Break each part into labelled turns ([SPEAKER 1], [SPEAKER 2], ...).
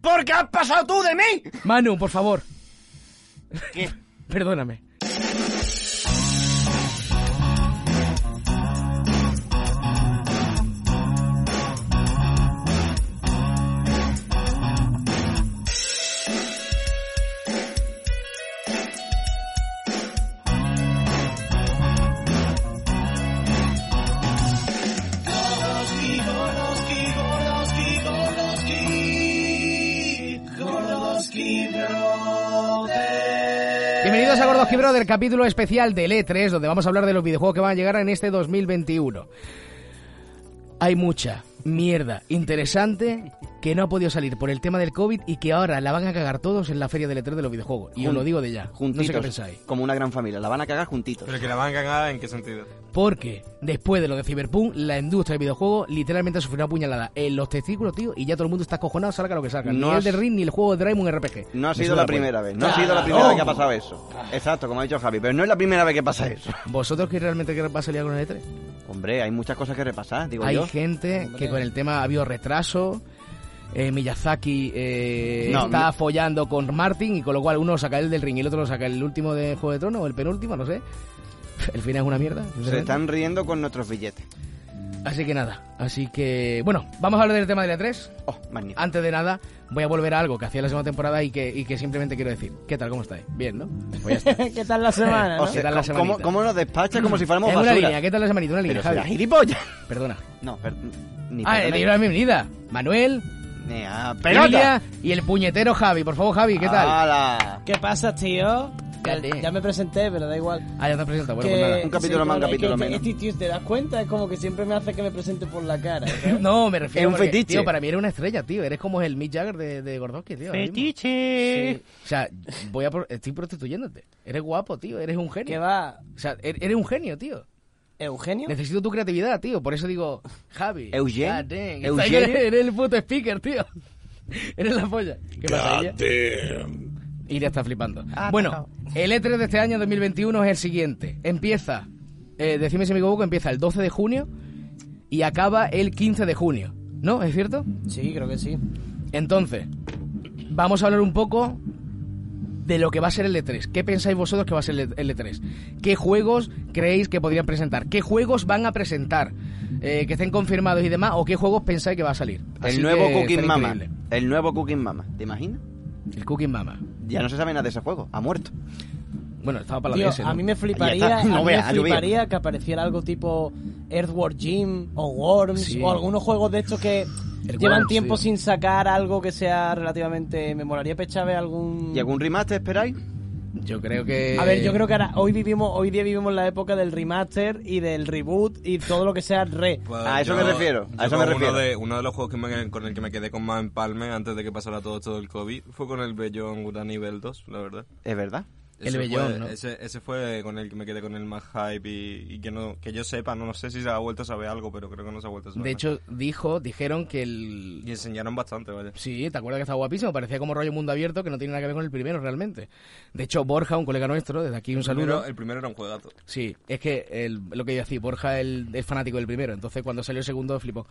[SPEAKER 1] Porque has pasado tú de mí.
[SPEAKER 2] Manu, por favor,
[SPEAKER 1] ¿Qué?
[SPEAKER 2] perdóname. Bienvenidos a Gordos Quibro del capítulo especial del E3, donde vamos a hablar de los videojuegos que van a llegar en este 2021. Hay mucha mierda interesante que no ha podido salir por el tema del COVID y que ahora la van a cagar todos en la feria del E3 de los videojuegos. Y os
[SPEAKER 1] Jun-
[SPEAKER 2] lo digo de ya. No
[SPEAKER 1] Juntitos.
[SPEAKER 2] sé qué pensáis.
[SPEAKER 1] Como una gran familia. La van a cagar juntitos.
[SPEAKER 3] Pero que la van a cagar, ¿en qué sentido?
[SPEAKER 2] Porque después de lo de Cyberpunk, la industria del videojuego literalmente ha sufrido una puñalada en los testículos, tío, y ya todo el mundo está cojonado, salga lo que salga.
[SPEAKER 1] No
[SPEAKER 2] ni
[SPEAKER 1] has-
[SPEAKER 2] el de Ring ni el juego de Drive un RPG.
[SPEAKER 1] No ha
[SPEAKER 2] Me
[SPEAKER 1] sido
[SPEAKER 2] suda
[SPEAKER 1] la
[SPEAKER 2] polla.
[SPEAKER 1] primera vez. No ha sido la primera vez que ha
[SPEAKER 2] Oh.
[SPEAKER 1] pasado eso. Exacto, como ha dicho Javi. Pero no es la primera vez que pasa eso.
[SPEAKER 2] ¿Vosotros que realmente qué va a salir con el E3?
[SPEAKER 1] Hombre, hay muchas cosas que repasar, digo
[SPEAKER 2] Hay
[SPEAKER 1] yo.
[SPEAKER 2] gente que con el tema ha habido retraso. eh, Miyazaki eh,
[SPEAKER 1] No,
[SPEAKER 2] está
[SPEAKER 1] mi-
[SPEAKER 2] follando con Martin y con lo cual uno saca el del ring y el otro lo saca el último de Juego de Tronos o el penúltimo, no sé. El final es una mierda.
[SPEAKER 1] Se
[SPEAKER 2] sinceramente.
[SPEAKER 1] están riendo con nuestros billetes.
[SPEAKER 2] Así que nada. Así que, bueno, vamos a hablar del tema de la 3.
[SPEAKER 1] Oh, magnífico.
[SPEAKER 2] Antes de nada, voy a volver a algo que hacía la segunda temporada y que, y que simplemente quiero decir. ¿Qué tal? ¿Cómo estáis? Bien, ¿no? Pues ya está.
[SPEAKER 4] ¿Qué tal la semana?
[SPEAKER 1] O
[SPEAKER 4] no?
[SPEAKER 2] ¿qué
[SPEAKER 1] sea,
[SPEAKER 2] tal la
[SPEAKER 1] ¿cómo- ¿cómo,
[SPEAKER 2] semanita?
[SPEAKER 1] cómo nos despacha como si fuéramos
[SPEAKER 2] En una
[SPEAKER 1] basura?
[SPEAKER 2] línea, ¿qué tal la semanita? Una línea,
[SPEAKER 1] Pero será
[SPEAKER 2] Javi.
[SPEAKER 1] gilipollas.
[SPEAKER 2] Perdona.
[SPEAKER 1] No, per- ni
[SPEAKER 2] Ah, le
[SPEAKER 1] perdona-
[SPEAKER 2] doy la bienvenida. Manuel,
[SPEAKER 1] ni a pelota. Ah,
[SPEAKER 2] Julia y el puñetero Javi. Por favor, Javi, ¿qué tal?
[SPEAKER 1] ¡Hala!
[SPEAKER 4] ¿Qué pasa, tío? Ya,
[SPEAKER 2] Dale.
[SPEAKER 4] ya me presenté, pero da igual.
[SPEAKER 2] Ah, ya te has presentado. Bueno,
[SPEAKER 4] Que-
[SPEAKER 2] pues nada.
[SPEAKER 1] Un capítulo más, un
[SPEAKER 4] claro, es que
[SPEAKER 1] capítulo
[SPEAKER 4] este-
[SPEAKER 1] menos.
[SPEAKER 4] Este tío, ¿te das cuenta? Es como que siempre me hace que me presente por la cara. ¿eh? ¿sabes?
[SPEAKER 2] No, me refiero
[SPEAKER 1] Es un
[SPEAKER 2] porque,
[SPEAKER 1] fetiche.
[SPEAKER 2] Tío, para mí eres una estrella, tío. Eres como el Mick Jagger de, de Gordoski, tío. ahora mismo.
[SPEAKER 1] ¡Fetiche!
[SPEAKER 2] O sea, voy a pro- estoy prostituyéndote. Eres guapo, tío. Eres un genio.
[SPEAKER 4] ¿Qué va?
[SPEAKER 2] O sea, er- eres un genio, tío.
[SPEAKER 4] ¿Eugenio?
[SPEAKER 2] Necesito tu creatividad, tío. Por eso digo, Javi.
[SPEAKER 1] Eugen.
[SPEAKER 2] God damn.
[SPEAKER 1] Eugenio.
[SPEAKER 2] Eres, eres el puto speaker, tío. Eres la polla. ¿Qué pasa, ella? Iria está flipando. bueno, el E3 de este año 2021 es el siguiente. Empieza, eh, decime si me equivoco, empieza el 12 de junio y acaba el 15 de junio. ¿No? ¿Es cierto?
[SPEAKER 4] Sí, creo que sí.
[SPEAKER 2] Entonces, vamos a hablar un poco de lo que va a ser el E3. ¿Qué pensáis vosotros que va a ser el E3? ¿Qué juegos creéis que podrían presentar? ¿Qué juegos van a presentar? Eh, que estén confirmados y demás, o qué juegos pensáis que va a salir. Así
[SPEAKER 1] El nuevo
[SPEAKER 2] que
[SPEAKER 1] Cooking
[SPEAKER 2] será
[SPEAKER 1] Mama.
[SPEAKER 2] increíble.
[SPEAKER 1] El nuevo Cooking Mama. ¿Te imaginas?
[SPEAKER 2] El Cooking Mama.
[SPEAKER 1] Ya no se sabe nada de ese juego. Ha muerto.
[SPEAKER 2] Bueno, estaba para la
[SPEAKER 4] Tío,
[SPEAKER 2] DS, ¿no?
[SPEAKER 4] a mí me
[SPEAKER 1] Ya
[SPEAKER 4] fliparía,
[SPEAKER 1] está.
[SPEAKER 4] a mí
[SPEAKER 1] No
[SPEAKER 4] me
[SPEAKER 1] veas, ha llovido.
[SPEAKER 4] fliparía que apareciera algo tipo Earthworm Jim o Worms
[SPEAKER 2] Sí.
[SPEAKER 4] o algunos juegos de estos que
[SPEAKER 2] El
[SPEAKER 4] llevan
[SPEAKER 2] Worms,
[SPEAKER 4] tiempo
[SPEAKER 2] tío.
[SPEAKER 4] sin sacar algo que sea relativamente... Me molaría pechave algún...
[SPEAKER 2] Mm.
[SPEAKER 1] ¿Y algún remaster esperáis?
[SPEAKER 2] Yo creo que...
[SPEAKER 4] A ver, yo creo que ahora, hoy vivimos, hoy día vivimos la época del remaster y del reboot y todo lo que sea re.
[SPEAKER 3] Pues
[SPEAKER 1] A eso
[SPEAKER 3] yo-
[SPEAKER 1] me refiero, a
[SPEAKER 3] yo
[SPEAKER 1] eso me
[SPEAKER 3] con
[SPEAKER 1] refiero.
[SPEAKER 3] Uno de, uno de los juegos que me- con el que me quedé con más empalme antes de que pasara todo esto del COVID fue con el Bellón Guta nivel 2, la verdad.
[SPEAKER 1] Es verdad.
[SPEAKER 2] El Beyond,
[SPEAKER 3] fue,
[SPEAKER 2] ¿no?
[SPEAKER 3] Ese, ese fue con el que me quedé con el más hype y, y que no que yo sepa, no, sé si se ha vuelto a saber algo, pero creo que no se ha vuelto a saber.
[SPEAKER 2] De
[SPEAKER 3] nada.
[SPEAKER 2] hecho, dijo, dijeron que el...
[SPEAKER 3] Y enseñaron bastante, vaya.
[SPEAKER 2] Sí, ¿te acuerdas que estaba guapísimo? Parecía como rollo mundo abierto que no tiene nada que ver con el primero realmente. De hecho, Borja, un colega nuestro, desde aquí un saludo.
[SPEAKER 3] Primero- el primero era un juegazo.
[SPEAKER 2] Sí, es que el- lo que yo decía, Borja el- es fanático del primero, entonces cuando salió el segundo flipó.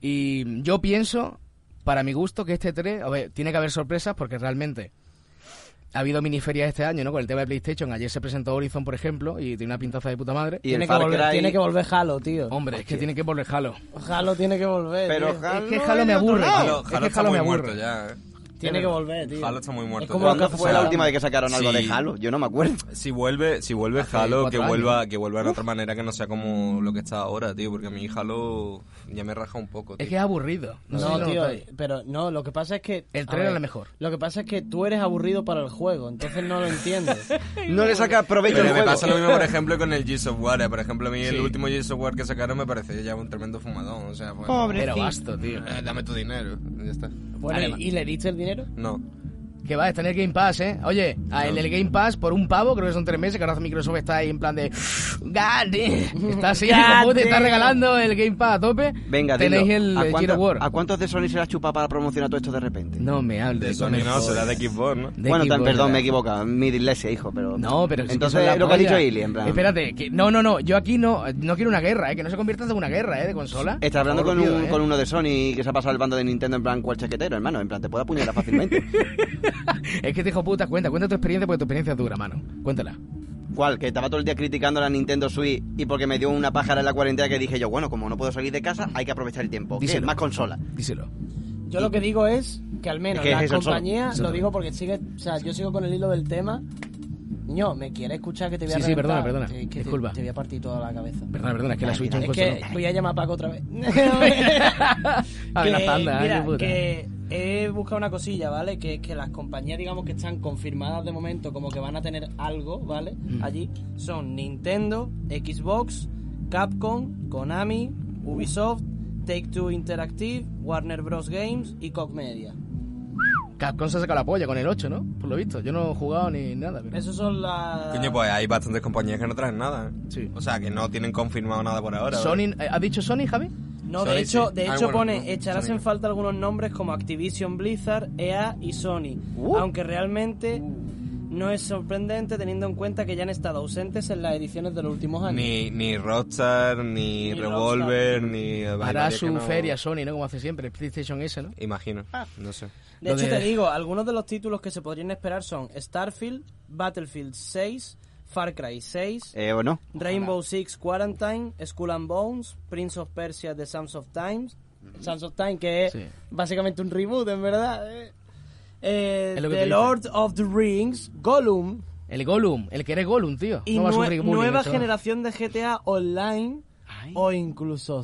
[SPEAKER 2] Y yo pienso, para mi gusto, que este 3, a ver, tiene que haber sorpresas porque realmente ha habido miniferias este año, ¿no? Con el tema de PlayStation, ayer se presentó Horizon, por ejemplo, y tiene una pintaza de puta madre.
[SPEAKER 1] Y
[SPEAKER 4] tiene,
[SPEAKER 1] el
[SPEAKER 4] que
[SPEAKER 1] Far
[SPEAKER 4] volver,
[SPEAKER 1] Cry-
[SPEAKER 4] tiene que volver Halo, tío.
[SPEAKER 2] Hombre, es que tiene que volver Halo.
[SPEAKER 4] Halo tiene que volver.
[SPEAKER 1] Pero
[SPEAKER 4] tío.
[SPEAKER 1] Halo
[SPEAKER 2] es que Halo me
[SPEAKER 1] es otro
[SPEAKER 2] aburre,
[SPEAKER 1] lado.
[SPEAKER 2] tío. Ah,
[SPEAKER 3] Halo,
[SPEAKER 2] es que
[SPEAKER 3] Halo está
[SPEAKER 2] Halo
[SPEAKER 3] muy
[SPEAKER 2] me aburre.
[SPEAKER 3] muerto ya, ¿eh?
[SPEAKER 4] tiene que volver, tío.
[SPEAKER 3] Halo está muy muerto.
[SPEAKER 4] Es como
[SPEAKER 1] ¿Cuándo
[SPEAKER 4] lo que
[SPEAKER 1] fue la última vez que sacaron algo
[SPEAKER 3] Sí.
[SPEAKER 1] de Halo? Yo no me acuerdo.
[SPEAKER 3] Si vuelve, si vuelve
[SPEAKER 2] Hace
[SPEAKER 3] Halo,
[SPEAKER 2] cuatro
[SPEAKER 3] que
[SPEAKER 2] años.
[SPEAKER 3] vuelva, que vuelva de otra manera que no sea como lo que está ahora, tío, porque a mí Halo ya me raja un poco, tío.
[SPEAKER 2] Es que es aburrido. No, sé si
[SPEAKER 4] No,
[SPEAKER 2] lo
[SPEAKER 4] tío, eh,
[SPEAKER 2] notáis.
[SPEAKER 4] pero no, lo que pasa es que...
[SPEAKER 2] El
[SPEAKER 4] a
[SPEAKER 2] tren era
[SPEAKER 4] ver,
[SPEAKER 2] la mejor.
[SPEAKER 4] Lo que pasa es que tú eres aburrido para el juego, entonces no lo entiendes.
[SPEAKER 1] No le sacas provecho
[SPEAKER 3] Pero
[SPEAKER 1] al
[SPEAKER 3] me
[SPEAKER 1] juego.
[SPEAKER 3] pasa lo mismo, por ejemplo, con el Gears of War. eh. Por ejemplo, a mí
[SPEAKER 2] Sí.
[SPEAKER 3] el último Gears of War que sacaron me pareció ya un tremendo fumadón. O sea, fue-
[SPEAKER 2] Pero basto, tío.
[SPEAKER 3] Eh, dame tu dinero. Ya está.
[SPEAKER 4] bueno,
[SPEAKER 2] Además.
[SPEAKER 4] ¿y, y le diste el dinero?
[SPEAKER 3] No.
[SPEAKER 2] Que va, está en el Game Pass, ¿eh? Oye, a- en el Game Pass por un pavo, creo que son tres meses, que ahora Microsoft está ahí en plan de... God damn. Está así,
[SPEAKER 4] God
[SPEAKER 2] como te está
[SPEAKER 4] damn.
[SPEAKER 2] regalando el Game Pass a tope.
[SPEAKER 1] Venga,
[SPEAKER 2] Tenéis
[SPEAKER 1] dilo.
[SPEAKER 2] el
[SPEAKER 1] ¿A,
[SPEAKER 2] eh,
[SPEAKER 1] cuánto-
[SPEAKER 2] Gears of War.
[SPEAKER 1] ¿A cuántos de Sony se la chupa para promocionar todo esto de repente?
[SPEAKER 2] No me hables.
[SPEAKER 3] De
[SPEAKER 2] de
[SPEAKER 3] Sony no,
[SPEAKER 2] conejos.
[SPEAKER 3] será de Xbox, ¿no?
[SPEAKER 2] De
[SPEAKER 1] bueno, tan-
[SPEAKER 2] Xbox,
[SPEAKER 1] perdón,
[SPEAKER 2] ¿verdad?
[SPEAKER 1] me he equivocado. Mi dislexia, hijo, pero...
[SPEAKER 2] No, pero sí que
[SPEAKER 1] Entonces,
[SPEAKER 2] son la
[SPEAKER 1] lo que ha
[SPEAKER 2] polla.
[SPEAKER 1] dicho Ili, en plan...
[SPEAKER 2] Espérate, que, no, no, no. Yo aquí no, no quiero una guerra, ¿eh? Que no se convierta en una guerra, ¿eh? De consola.
[SPEAKER 1] Está hablando
[SPEAKER 2] Por
[SPEAKER 1] con,
[SPEAKER 2] favor, lo
[SPEAKER 1] un-
[SPEAKER 2] pido, ¿eh?
[SPEAKER 1] con uno de Sony que se ha pasado el bando de Nintendo en plan cual chaquetero, hermano. En plan, te puede apuñalar fácilmente.
[SPEAKER 2] Es que te dijo puta, cuenta, cuenta tu experiencia porque tu experiencia es dura, mano. Cuéntala.
[SPEAKER 1] ¿Cuál? Que estaba todo el día criticando la Nintendo Switch y porque me dio una pájara en la cuarentena que dije yo, bueno, como no puedo salir de casa, hay que aprovechar el tiempo. ¿Qué?
[SPEAKER 2] Díselo.
[SPEAKER 1] Más consola.
[SPEAKER 2] Díselo.
[SPEAKER 4] Yo lo que digo es que al menos
[SPEAKER 1] Es que
[SPEAKER 4] las
[SPEAKER 1] es eso solo.
[SPEAKER 4] compañías,
[SPEAKER 2] Eso
[SPEAKER 4] lo
[SPEAKER 2] solo.
[SPEAKER 4] digo porque sigue, o sea, yo sigo con el hilo del tema. Niño, me quiere escuchar que te voy a
[SPEAKER 2] Sí, sí,
[SPEAKER 4] reventar?
[SPEAKER 2] perdona, perdona.
[SPEAKER 4] Sí, es que te-
[SPEAKER 2] Disculpa.
[SPEAKER 4] Te, voy a partir toda la cabeza.
[SPEAKER 2] Perdona, perdona, es que la
[SPEAKER 1] Ay,
[SPEAKER 2] Switch
[SPEAKER 1] mira,
[SPEAKER 2] es
[SPEAKER 4] Es
[SPEAKER 2] un
[SPEAKER 4] que
[SPEAKER 2] consolón.
[SPEAKER 4] voy a llamar a Paco otra vez.
[SPEAKER 2] A ver,
[SPEAKER 4] Que,
[SPEAKER 2] las tandas, ay, ¿eh? qué
[SPEAKER 4] mira,
[SPEAKER 2] puta.
[SPEAKER 4] que he buscado una cosilla, ¿vale? Que es que las compañías, digamos, que están confirmadas de momento como que van a tener algo, ¿vale?
[SPEAKER 2] Mm.
[SPEAKER 4] Allí son Nintendo, Xbox, Capcom, Konami, Ubisoft, Take-Two Interactive, Warner Bros. Games y Koch Media.
[SPEAKER 2] Capcom se ha sacado la polla con el 8, ¿no? Por lo visto. Yo no he jugado ni nada. Pero...
[SPEAKER 4] Esos son las...
[SPEAKER 3] Coño, pues hay bastantes compañías que no traen nada. ¿eh?
[SPEAKER 2] Sí.
[SPEAKER 3] O sea, que no tienen confirmado nada por ahora. ¿vale?
[SPEAKER 2] Sony, ¿Has dicho Sony, Javi?
[SPEAKER 4] No,
[SPEAKER 3] Sony,
[SPEAKER 4] de hecho,
[SPEAKER 3] sí.
[SPEAKER 4] de
[SPEAKER 3] Ah,
[SPEAKER 4] hecho
[SPEAKER 3] bueno,
[SPEAKER 4] pone,
[SPEAKER 3] no,
[SPEAKER 4] echarás
[SPEAKER 3] Sony
[SPEAKER 4] en
[SPEAKER 3] no.
[SPEAKER 4] falta algunos nombres como Activision, Blizzard, EA y Sony.
[SPEAKER 1] Uh.
[SPEAKER 4] Aunque realmente
[SPEAKER 3] Uh.
[SPEAKER 4] no es sorprendente teniendo en cuenta que ya han estado ausentes en las ediciones de los últimos años.
[SPEAKER 3] Ni, ni Rockstar, ni,
[SPEAKER 4] Ni
[SPEAKER 3] Revolver, ni... hay
[SPEAKER 2] Hará
[SPEAKER 3] varias que
[SPEAKER 2] su
[SPEAKER 3] no-
[SPEAKER 2] feria Sony, ¿no? Como hace siempre, el PlayStation S, ¿no?
[SPEAKER 3] Imagino, no sé.
[SPEAKER 4] De
[SPEAKER 2] Lo
[SPEAKER 4] hecho,
[SPEAKER 2] de-
[SPEAKER 4] te digo, algunos de los títulos que se podrían esperar son Starfield, Battlefield 6, Far Cry 6,
[SPEAKER 1] Eh, ¿O no?
[SPEAKER 4] Rainbow Six Quarantine, Skull and Bones, Prince of Persia The Sands of Times, Sands of Time que es
[SPEAKER 2] Sí.
[SPEAKER 4] básicamente un reboot en verdad. eh. Eh,
[SPEAKER 2] Es lo que te
[SPEAKER 4] the
[SPEAKER 2] dice.
[SPEAKER 4] Lord of the Rings, Gollum
[SPEAKER 2] El Gollum, el que eres Gollum, tío.
[SPEAKER 4] y
[SPEAKER 2] no va a
[SPEAKER 4] nue-
[SPEAKER 2] sufrir bullying,
[SPEAKER 4] nueva
[SPEAKER 2] eso.
[SPEAKER 4] generación de GTA Online
[SPEAKER 1] Ay.
[SPEAKER 4] o incluso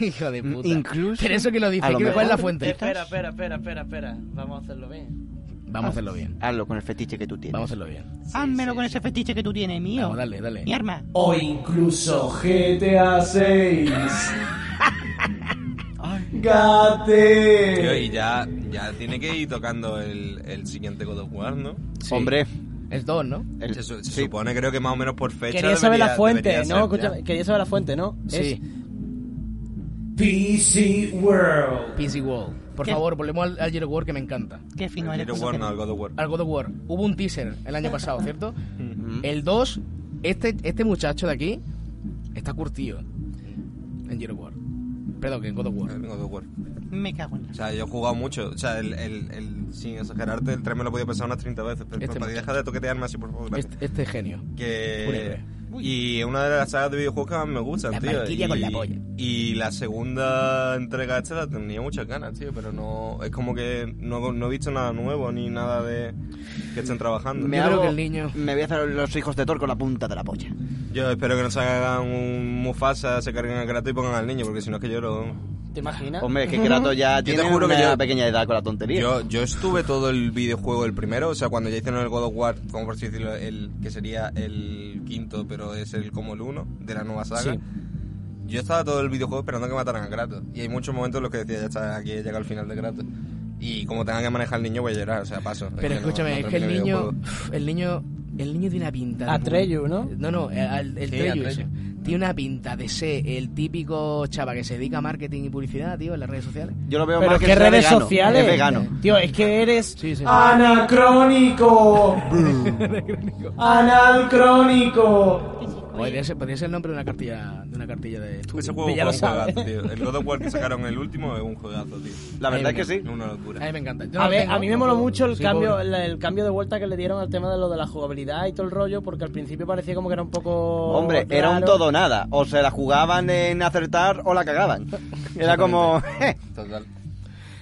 [SPEAKER 2] Hijo de puta.
[SPEAKER 1] Incluso-
[SPEAKER 2] Pero eso que lo dice,
[SPEAKER 1] A lo
[SPEAKER 2] ¿cuál es la
[SPEAKER 1] mejor-
[SPEAKER 2] fuente?
[SPEAKER 4] espera, espera, espera, espera, espera. Vamos a hacerlo bien.
[SPEAKER 2] Vamos a hacerlo bien.
[SPEAKER 1] Hazlo con el fetiche que tú tienes.
[SPEAKER 2] Vamos a hacerlo bien.
[SPEAKER 5] Házmelo con ese fetiche que tú tienes, mío.
[SPEAKER 2] Vamos, dale, dale.
[SPEAKER 5] Mi arma.
[SPEAKER 4] O incluso GTA 6.
[SPEAKER 3] Tío, y
[SPEAKER 4] Gate.
[SPEAKER 3] ya, ya tiene que ir tocando el, el siguiente God of War, ¿no?
[SPEAKER 2] Sí.
[SPEAKER 1] Hombre,
[SPEAKER 2] Es dos, ¿no?
[SPEAKER 1] el-
[SPEAKER 3] Se, su- se
[SPEAKER 1] sí.
[SPEAKER 3] supone, creo que más o menos por fecha.
[SPEAKER 4] Quería saber
[SPEAKER 3] debería-
[SPEAKER 4] la fuente,
[SPEAKER 3] debería
[SPEAKER 4] ¿no?
[SPEAKER 3] ser ya.
[SPEAKER 4] Escúchame, quería saber la fuente, ¿no?
[SPEAKER 2] Sí.
[SPEAKER 4] Es PC World.
[SPEAKER 2] PC World. Por
[SPEAKER 5] ¿Qué?
[SPEAKER 2] favor, volvemos al, al Gears of War que me encanta.
[SPEAKER 5] Qué fino
[SPEAKER 3] El
[SPEAKER 5] eres.
[SPEAKER 3] God of
[SPEAKER 5] cosa
[SPEAKER 3] War,
[SPEAKER 5] que-
[SPEAKER 3] no, el God of War.
[SPEAKER 2] Al God of War. Hubo un teaser el año pasado, ¿cierto?
[SPEAKER 1] mm,
[SPEAKER 2] el 2, este, este muchacho de aquí está curtido en Gears of War. Perdón, que en God of War.
[SPEAKER 3] El God of War.
[SPEAKER 5] Me cago en
[SPEAKER 3] O
[SPEAKER 5] la-
[SPEAKER 3] sea, yo he jugado mucho. O sea, el, el, el- sin exagerarte, el 3 me lo he podido pasar unas 30 veces. Pero
[SPEAKER 2] Este
[SPEAKER 3] pero
[SPEAKER 2] muchacho.
[SPEAKER 3] deja de toquetearme así, por favor. gracias.
[SPEAKER 2] Este, este es genio. Un
[SPEAKER 3] Que...
[SPEAKER 2] héroe.
[SPEAKER 3] Y es una de las sagas de videojuegos que más me gustan,
[SPEAKER 2] La
[SPEAKER 3] tío.
[SPEAKER 2] Valquiria
[SPEAKER 3] y,
[SPEAKER 2] con la polla.
[SPEAKER 3] y la segunda entrega esta la tenía muchas ganas, tío, pero no... Es como que no, no he visto nada nuevo ni nada de... que estén trabajando.
[SPEAKER 2] Me- Yo creo que el niño-
[SPEAKER 1] Me voy a hacer los hijos de Thor con la punta de la polla.
[SPEAKER 3] Yo espero que no se hagan un Mufasa, se carguen al Kratos y pongan al niño, porque si no es que yo lo...
[SPEAKER 4] ¿Te imaginas?
[SPEAKER 1] Hombre, es que Kratos ya
[SPEAKER 3] Yo te
[SPEAKER 1] tiene
[SPEAKER 3] juro que
[SPEAKER 1] una
[SPEAKER 3] yo-
[SPEAKER 1] pequeña edad con la tontería.
[SPEAKER 3] Yo, yo estuve todo el videojuego, el primero, o sea, cuando ya hicieron el God of War, como por así decirlo, el, que sería el quinto, pero es el como el uno de la nueva saga.
[SPEAKER 2] Sí.
[SPEAKER 3] Yo estaba todo el videojuego esperando que mataran a Kratos. Y hay muchos momentos en los que decía, ya está, aquí llega el final de Kratos. Y como tengan que manejar al niño, voy a llorar, o sea, paso. Es
[SPEAKER 2] Pero
[SPEAKER 3] que no-
[SPEAKER 2] escúchame,
[SPEAKER 3] no
[SPEAKER 2] es que el
[SPEAKER 3] termino
[SPEAKER 2] niño,
[SPEAKER 3] videojuego.
[SPEAKER 2] el niño, el niño tiene una pinta. de-
[SPEAKER 4] Atreyu, ¿no?
[SPEAKER 2] No, no, el, el- el
[SPEAKER 3] Sí,
[SPEAKER 2] Treyu
[SPEAKER 3] Atreyu.
[SPEAKER 2] ese. Tiene una pinta de ser el típico chava que se dedica a marketing y publicidad, tío, en las redes sociales.
[SPEAKER 1] Yo lo veo
[SPEAKER 4] Pero
[SPEAKER 1] más que
[SPEAKER 4] qué
[SPEAKER 1] sea
[SPEAKER 4] redes
[SPEAKER 1] vegano,
[SPEAKER 4] sociales.
[SPEAKER 1] Es vegano.
[SPEAKER 4] Tío, es que eres
[SPEAKER 2] Sí, sí.
[SPEAKER 4] Ah. anacrónico. Analcrónico.
[SPEAKER 2] Podría ser, podría ser el nombre de una cartilla de una cartilla de estudio.
[SPEAKER 3] Ese juego
[SPEAKER 4] Ya lo
[SPEAKER 3] fue un
[SPEAKER 4] sabes.
[SPEAKER 3] juegazo, tío. El God of War que sacaron el último es un juegazo, tío.
[SPEAKER 1] La verdad
[SPEAKER 2] Ahí
[SPEAKER 1] es que sí.
[SPEAKER 3] Es una
[SPEAKER 2] A mí
[SPEAKER 3] locura.
[SPEAKER 2] me encanta. Yo no
[SPEAKER 4] A,
[SPEAKER 2] lo
[SPEAKER 4] ver,
[SPEAKER 2] tengo.
[SPEAKER 4] a mí me moló mucho el
[SPEAKER 2] Soy
[SPEAKER 4] cambio,
[SPEAKER 2] pobre.
[SPEAKER 4] el, el cambio de vuelta que le dieron al tema de lo de la jugabilidad y todo el rollo, porque al principio parecía como que era un poco.
[SPEAKER 1] Hombre, era un
[SPEAKER 4] raro.
[SPEAKER 1] todo o nada. O se la jugaban en acertar o la cagaban. Era como...
[SPEAKER 3] Total.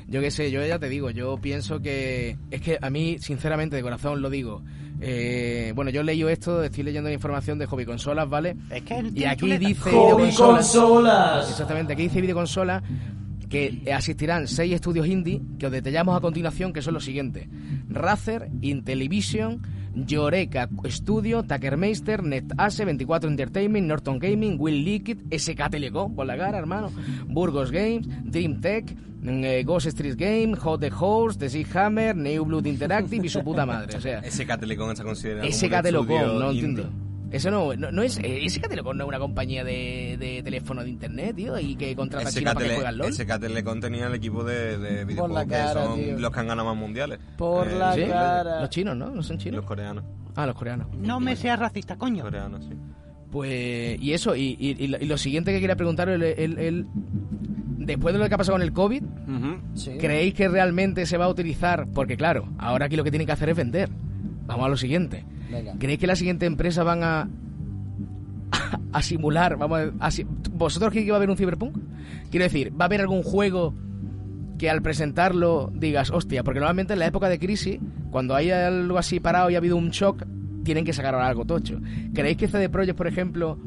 [SPEAKER 2] Yo qué sé, yo ya te digo, yo pienso que. Es que a mí, sinceramente, de corazón lo digo. Eh, bueno, yo he leído esto, estoy leyendo la información de Hobby Consolas, ¿vale?
[SPEAKER 5] Es que él
[SPEAKER 2] Y
[SPEAKER 5] tiene
[SPEAKER 2] aquí
[SPEAKER 5] chuleta.
[SPEAKER 2] dice.
[SPEAKER 4] consolas.
[SPEAKER 2] Exactamente, aquí dice videoconsola que asistirán seis estudios indie que os detallamos a continuación, que son los siguientes: Razer, Intellivision, Yoreka Studio, Tuckermeister, NetAce, 24 Entertainment, Norton Gaming, Will Liquid, SK Telecom, por la cara, hermano, Burgos Games, Dream Tech, Mm, eh, Ghost Street Game, Hot the Horse, The Six Hammer, New Blood Interactive y su puta madre. O sea,
[SPEAKER 3] Ese Telecom está considerado. como
[SPEAKER 2] SK
[SPEAKER 3] un
[SPEAKER 2] Telecom,
[SPEAKER 3] estudio
[SPEAKER 2] no
[SPEAKER 3] indie.
[SPEAKER 2] entiendo. Eso no, no, no es. eh, SK Telecom no es una compañía de, de teléfono de internet, tío, y que contrata
[SPEAKER 3] SK,
[SPEAKER 2] chinos para que
[SPEAKER 3] Tele-
[SPEAKER 2] juegan LOL.
[SPEAKER 3] SK Telecom tenía el equipo de, de
[SPEAKER 4] Por la
[SPEAKER 3] videojuegos
[SPEAKER 4] cara,
[SPEAKER 3] que son
[SPEAKER 4] tío.
[SPEAKER 3] los que han ganado más mundiales. Eh,
[SPEAKER 4] Por la
[SPEAKER 2] ¿Sí?
[SPEAKER 4] cara.
[SPEAKER 2] Los chinos, ¿no? ¿No son
[SPEAKER 3] Los
[SPEAKER 2] chinos?
[SPEAKER 3] coreanos.
[SPEAKER 2] Ah, los coreanos.
[SPEAKER 5] No me seas racista, coño.
[SPEAKER 3] Coreanos, sí.
[SPEAKER 2] Pues, y eso, y, y- y lo, y lo siguiente que quería preguntar, el, el- el- después de lo que ha pasado con el COVID,
[SPEAKER 1] Ujú.
[SPEAKER 4] Sí.
[SPEAKER 2] ¿creéis que realmente se va a utilizar? Porque claro, ahora aquí lo que tienen que hacer es vender. Vamos a lo siguiente.
[SPEAKER 4] Venga.
[SPEAKER 2] ¿Creéis que la siguiente empresa van a a simular, vamos a, a si- vosotros creéis que va a haber un Cyberpunk? Quiero decir, ¿va a haber algún juego que al presentarlo digas, hostia, porque normalmente en la época de crisis, cuando hay algo así parado y ha habido un shock, tienen que sacar algo tocho. ¿Creéis que CD Projekt, por ejemplo,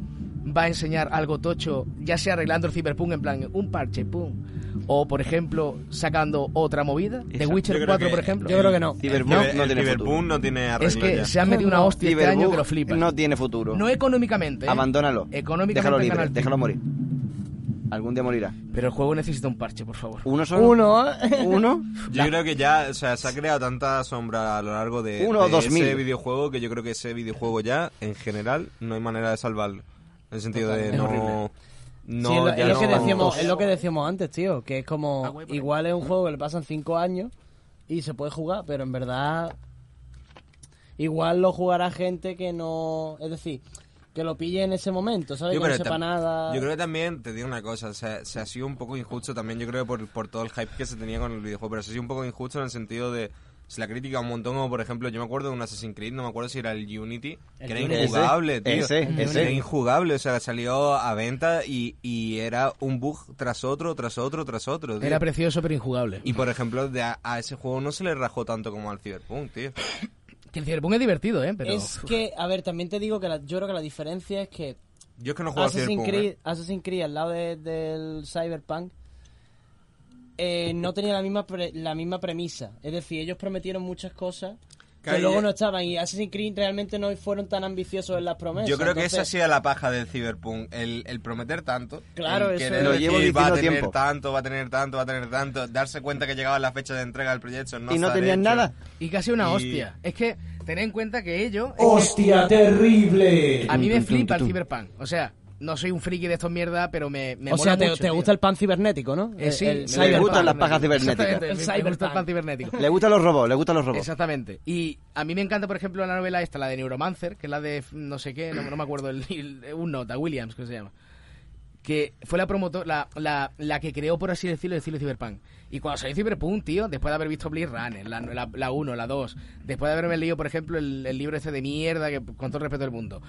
[SPEAKER 2] va a enseñar algo tocho, ya sea arreglando el Cyberpunk en plan un parche, pum, o por ejemplo, sacando otra movida? ¿The
[SPEAKER 1] Exacto.
[SPEAKER 2] Witcher
[SPEAKER 3] Yo creo
[SPEAKER 2] 4,
[SPEAKER 3] que-
[SPEAKER 2] por ejemplo?
[SPEAKER 4] Yo creo que no.
[SPEAKER 1] Cyberpunk
[SPEAKER 3] El-
[SPEAKER 1] no
[SPEAKER 3] el
[SPEAKER 1] tiene
[SPEAKER 3] Cyberpunk
[SPEAKER 1] futuro.
[SPEAKER 3] no tiene
[SPEAKER 2] Es
[SPEAKER 3] arreglo
[SPEAKER 2] que
[SPEAKER 3] ya.
[SPEAKER 2] se han metido una hostia este año que lo
[SPEAKER 1] Cyberpunk
[SPEAKER 2] flipas.
[SPEAKER 1] no tiene futuro.
[SPEAKER 2] No económicamente. ¿eh?
[SPEAKER 1] Abandónalo.
[SPEAKER 2] Económicamente
[SPEAKER 1] Déjalo libre,
[SPEAKER 2] canal.
[SPEAKER 1] déjalo morir. Algún día morirá.
[SPEAKER 2] Pero el juego necesita un parche, por favor.
[SPEAKER 1] ¿Uno solo?
[SPEAKER 4] Uno, ¿eh?
[SPEAKER 1] ¿Uno?
[SPEAKER 3] Yo creo que ya o sea, se ha creado tanta sombra a lo largo de,
[SPEAKER 1] Uno o
[SPEAKER 3] de
[SPEAKER 1] dos
[SPEAKER 3] ese
[SPEAKER 1] mil.
[SPEAKER 3] videojuego que yo creo que ese videojuego ya, en general, no hay manera de salvarlo. En el sentido de
[SPEAKER 2] Es
[SPEAKER 3] no...
[SPEAKER 2] horrible.
[SPEAKER 3] no
[SPEAKER 4] Sí, es, lo,
[SPEAKER 3] ya
[SPEAKER 4] es lo que
[SPEAKER 3] no-
[SPEAKER 4] decíamos, es lo que decíamos antes, tío, que es
[SPEAKER 2] Ah,
[SPEAKER 4] como igual es un juego que le pasan 5 años y se puede jugar, pero en verdad igual lo jugará gente que no, es decir, que lo pille en ese momento, ¿sabes? que no
[SPEAKER 3] que
[SPEAKER 4] sepa
[SPEAKER 3] tam-
[SPEAKER 4] nada.
[SPEAKER 3] yo creo que también, te digo una cosa, se, se ha sido un poco injusto también, yo creo, por, por todo el hype que se tenía con el videojuego, pero se ha sido un poco injusto en el sentido de... Se la crítica un montón, como por ejemplo, yo me acuerdo de un Assassin's Creed, no me acuerdo si era el Unity, que era
[SPEAKER 1] Unity.
[SPEAKER 3] injugable,
[SPEAKER 1] Ese,
[SPEAKER 3] tío.
[SPEAKER 1] ese,
[SPEAKER 3] Era
[SPEAKER 1] ese.
[SPEAKER 3] injugable, o sea, salió a venta y, y era un bug tras otro, tras otro, tras otro, tío.
[SPEAKER 2] Era precioso, pero injugable.
[SPEAKER 3] Y por ejemplo, de a, a ese juego no se le rajó tanto como al Cyberpunk, tío.
[SPEAKER 2] Que el Cyberpunk es divertido, ¿eh? Pero
[SPEAKER 4] Es que, a ver, también te digo que la- yo creo que la diferencia es que
[SPEAKER 3] Yo es que no juego al
[SPEAKER 4] Assassin's
[SPEAKER 3] Cyberpunk.
[SPEAKER 4] Creed,
[SPEAKER 3] ¿eh?
[SPEAKER 4] Assassin's Creed al lado de- del Cyberpunk eh, no tenía la misma pre- la misma premisa. Es decir, ellos prometieron muchas cosas que
[SPEAKER 3] Claro, y-
[SPEAKER 4] luego no estaban. Y Assassin's Creed realmente no fueron tan ambiciosos en las
[SPEAKER 2] Pues,
[SPEAKER 4] promesas.
[SPEAKER 3] Yo creo que
[SPEAKER 4] Entonces,
[SPEAKER 3] esa ha sido la paja del Cyberpunk, el, el prometer tanto.
[SPEAKER 4] Claro,
[SPEAKER 3] el
[SPEAKER 4] eso
[SPEAKER 3] querer
[SPEAKER 4] es. Lo
[SPEAKER 1] llevo
[SPEAKER 3] decir, va a
[SPEAKER 1] diciendo
[SPEAKER 3] tener
[SPEAKER 1] tiempo.
[SPEAKER 3] tanto, va a tener tanto, va a tener tanto. Darse cuenta que llegaba la fecha de entrega del proyecto. No
[SPEAKER 1] y no
[SPEAKER 3] se ha
[SPEAKER 1] tenían
[SPEAKER 3] hecho.
[SPEAKER 1] nada.
[SPEAKER 2] Y casi una
[SPEAKER 3] Y-
[SPEAKER 2] hostia. Es que tened en cuenta que ellos...
[SPEAKER 6] ¡Hostia terrible!
[SPEAKER 2] A mí me flipa el Cyberpunk. O sea, no soy un friki de estos mierda, pero me, me
[SPEAKER 4] o
[SPEAKER 2] mola
[SPEAKER 4] sea, te,
[SPEAKER 2] mucho,
[SPEAKER 4] te
[SPEAKER 2] tío.
[SPEAKER 4] gusta el pan cibernético, ¿no?
[SPEAKER 2] Eh, sí,
[SPEAKER 4] El- el
[SPEAKER 2] me
[SPEAKER 1] cyberpunk. gustan las pajas cibernéticas.
[SPEAKER 2] Exactamente,
[SPEAKER 4] El
[SPEAKER 2] me- me gusta el pan
[SPEAKER 4] cyberpunk.
[SPEAKER 2] cibernético.
[SPEAKER 1] Le gustan los robots, le gustan los robots.
[SPEAKER 2] Exactamente. Y a mí me encanta, por ejemplo, la novela esta, la de Neuromancer, que es la de f- no sé qué, no, no me acuerdo, el, el- un nota, Williams, que se llama. Que fue la promotora, la, la, la que creó, por así decirlo, el estilo Cyberpunk. Y cuando salió Cyberpunk, tío, después de haber visto Blade Runner, la, la, la 1, la 2, después de haberme leído, por ejemplo, el, el libro este de mierda, que con todo el respeto del mundo,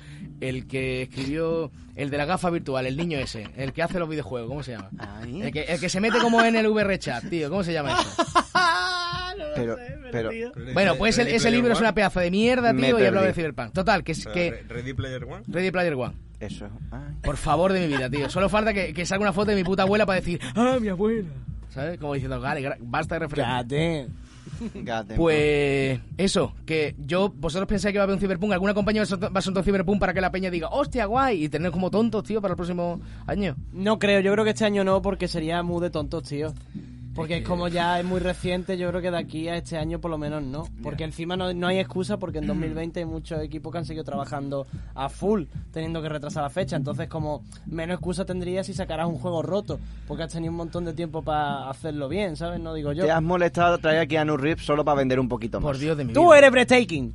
[SPEAKER 2] el que escribió, el de la gafa virtual, el niño ese, el que hace los videojuegos, ¿cómo se llama? El que, el que se mete como en el VR chat, tío, ¿cómo se llama eso?
[SPEAKER 1] Pero, pero,
[SPEAKER 2] Bueno, pues el-
[SPEAKER 3] Ready
[SPEAKER 2] ese
[SPEAKER 3] Player
[SPEAKER 2] libro es
[SPEAKER 3] One.
[SPEAKER 2] una pedazo de mierda,
[SPEAKER 1] Me
[SPEAKER 2] tío, y
[SPEAKER 1] perdí.
[SPEAKER 2] hablaba de Cyberpunk. Total, que, es-
[SPEAKER 3] O sea,
[SPEAKER 2] que
[SPEAKER 3] Re- Ready Player One.
[SPEAKER 2] Ready Player One.
[SPEAKER 1] eso. ay.
[SPEAKER 2] Por favor de mi vida, tío. Solo falta que, que salga una foto de mi puta abuela para decir, ¡ah, mi abuela! ¿Sabes? Como diciendo, vale, gra- basta de referencia.
[SPEAKER 4] Cállate.
[SPEAKER 1] Goddamn.
[SPEAKER 2] Pues eso, que yo, vosotros pensáis que va a haber un Cyberpunk, alguna compañía va a soltar va a soltar un Cyberpunk para que la peña diga, ¡hostia, guay! Y tener como tontos, tío, para el próximo año.
[SPEAKER 4] No creo, yo creo que este año no, porque sería muy de tontos, tío. Porque es como ya es muy reciente, yo creo que de aquí a este año por lo menos no. Porque encima no, no hay excusa, porque
[SPEAKER 2] Mm.
[SPEAKER 4] en 2020 hay muchos equipos que han seguido trabajando a full, teniendo que retrasar la fecha. Entonces, como menos excusa tendrías si sacaras un juego roto, porque has tenido un montón de tiempo para hacerlo bien, ¿sabes? No digo yo.
[SPEAKER 1] Te has molestado traer aquí a Keanu Reeves solo para vender un poquito más.
[SPEAKER 2] Por Dios de mi
[SPEAKER 4] Tú
[SPEAKER 2] vida.
[SPEAKER 4] eres breathtaking.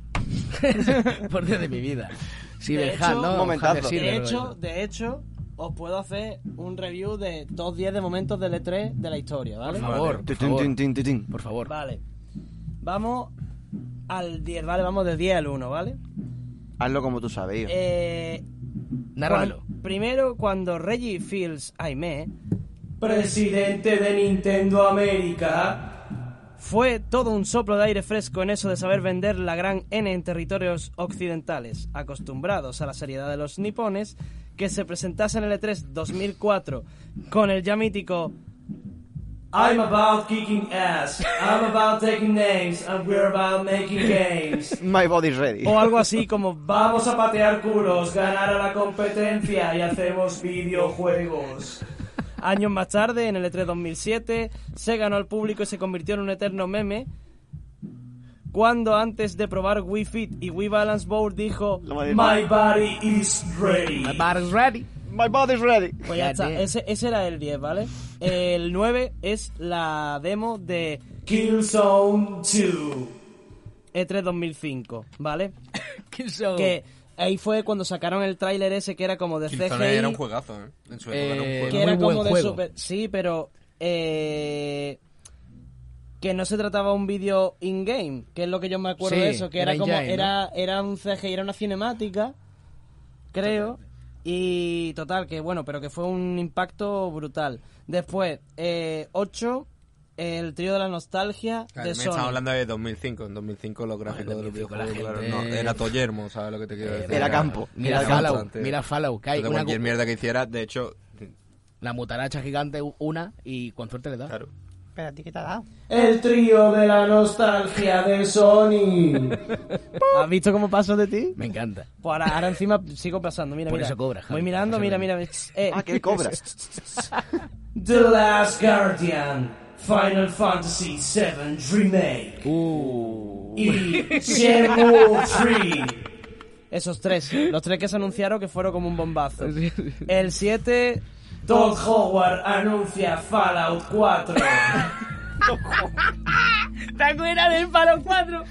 [SPEAKER 2] Por Dios de mi vida. Sí,
[SPEAKER 4] De
[SPEAKER 2] del
[SPEAKER 4] hecho,
[SPEAKER 2] Hat, ¿no?
[SPEAKER 1] un momentazo.
[SPEAKER 2] Hunter
[SPEAKER 4] de,
[SPEAKER 2] Silver,
[SPEAKER 4] hecho,
[SPEAKER 2] ¿no?
[SPEAKER 4] de hecho, os puedo hacer un review de top 10 de momentos del E3 de la historia, ¿vale?
[SPEAKER 2] Por favor, por
[SPEAKER 1] Tin, tin,
[SPEAKER 2] favor.
[SPEAKER 1] tin, tin, tin, tin.
[SPEAKER 2] Por favor.
[SPEAKER 4] Vale. Vamos al 10, ¿vale? Vamos del 10 al 1, ¿vale?
[SPEAKER 1] Hazlo como tú sabes. hijo.
[SPEAKER 4] Eh,
[SPEAKER 2] Nárramelo.
[SPEAKER 4] cuan- primero, cuando Reggie Fields Aimee
[SPEAKER 6] Presidente de Nintendo América.
[SPEAKER 4] fue todo un soplo de aire fresco en eso de saber vender la gran N en territorios occidentales, acostumbrados a la seriedad de los nipones, que se presentase en el E E3 2004 con el ya mítico
[SPEAKER 6] I'm about kicking ass. I'm about taking names. And we're about making games.
[SPEAKER 1] My body's ready.
[SPEAKER 2] oh,
[SPEAKER 4] o algo así como
[SPEAKER 6] Vamos a patear culos, ganar a la competencia y hacemos videojuegos.
[SPEAKER 4] Años más tarde, en el E E3 2007, se ganó al público y se convirtió en un eterno meme. Cuando antes de probar Wii Fit y Wii Balance Board dijo,
[SPEAKER 6] My body is ready.
[SPEAKER 2] My bar is ready.
[SPEAKER 1] My body's ready.
[SPEAKER 4] Pues ya está,
[SPEAKER 2] Fíjate.
[SPEAKER 4] ese, ese era el 10, ¿vale? El 9 es la demo de
[SPEAKER 6] Killzone 2.
[SPEAKER 4] E3 2005, ¿vale?
[SPEAKER 2] Qué show.
[SPEAKER 3] Oh.
[SPEAKER 4] Que ahí fue cuando sacaron el tráiler ese que era como de
[SPEAKER 3] Killzone
[SPEAKER 4] CGI.
[SPEAKER 3] era un juegazo, ¿eh? En su época era un
[SPEAKER 2] Eh,
[SPEAKER 3] juego.
[SPEAKER 4] que
[SPEAKER 2] Muy
[SPEAKER 4] era
[SPEAKER 2] buen
[SPEAKER 4] como de
[SPEAKER 2] juego.
[SPEAKER 4] super... Sí, pero... eh, que no se trataba de un vídeo in-game, que es lo que yo me acuerdo
[SPEAKER 2] Sí,
[SPEAKER 4] de eso, que era,
[SPEAKER 2] era
[SPEAKER 4] como...
[SPEAKER 2] in-game,
[SPEAKER 4] era, era un CGI, era una cinemática, creo. Y total, que bueno, pero que fue un impacto brutal. Después, 8, el trío de la nostalgia
[SPEAKER 3] Claro,
[SPEAKER 4] de
[SPEAKER 3] me estaba
[SPEAKER 4] Sony.
[SPEAKER 3] hablando de 2005. En 2005 los gráficos de los
[SPEAKER 2] 2005
[SPEAKER 3] videojuegos,
[SPEAKER 2] la
[SPEAKER 3] claro,
[SPEAKER 2] gente- Eh,
[SPEAKER 3] no, era todo yermo, ¿sabes lo que te quiero decir?
[SPEAKER 1] Era campo.
[SPEAKER 2] Mira
[SPEAKER 1] Era
[SPEAKER 2] Fallout,
[SPEAKER 3] bastante.
[SPEAKER 2] mira Fallout, que hay
[SPEAKER 3] Entonces,
[SPEAKER 2] una
[SPEAKER 3] cualquier mierda que hiciera, de hecho,
[SPEAKER 2] la mutaracha gigante una y con suerte le da.
[SPEAKER 3] claro.
[SPEAKER 5] Espera, ¿a ti qué te ha dado?
[SPEAKER 6] El trío de la nostalgia de Sony.
[SPEAKER 4] ¿Has visto cómo paso de ti?
[SPEAKER 2] Me encanta.
[SPEAKER 4] Pues ahora, ahora encima sigo pasando, mira,
[SPEAKER 2] Por
[SPEAKER 4] mira.
[SPEAKER 2] eso cobra,
[SPEAKER 4] Voy
[SPEAKER 2] Javi,
[SPEAKER 4] mirando,
[SPEAKER 2] por
[SPEAKER 4] mira,
[SPEAKER 2] eso
[SPEAKER 4] mira. Eh,
[SPEAKER 1] Ah, que él cobra.
[SPEAKER 6] The Last Guardian. Final Fantasy VII Remake. Y Shenmue 3.
[SPEAKER 4] Esos tres, los tres que se anunciaron que fueron como un bombazo. El 7,
[SPEAKER 6] Todd Howard anuncia Fallout 4.
[SPEAKER 2] ¿Te acuerdas del Fallout 4?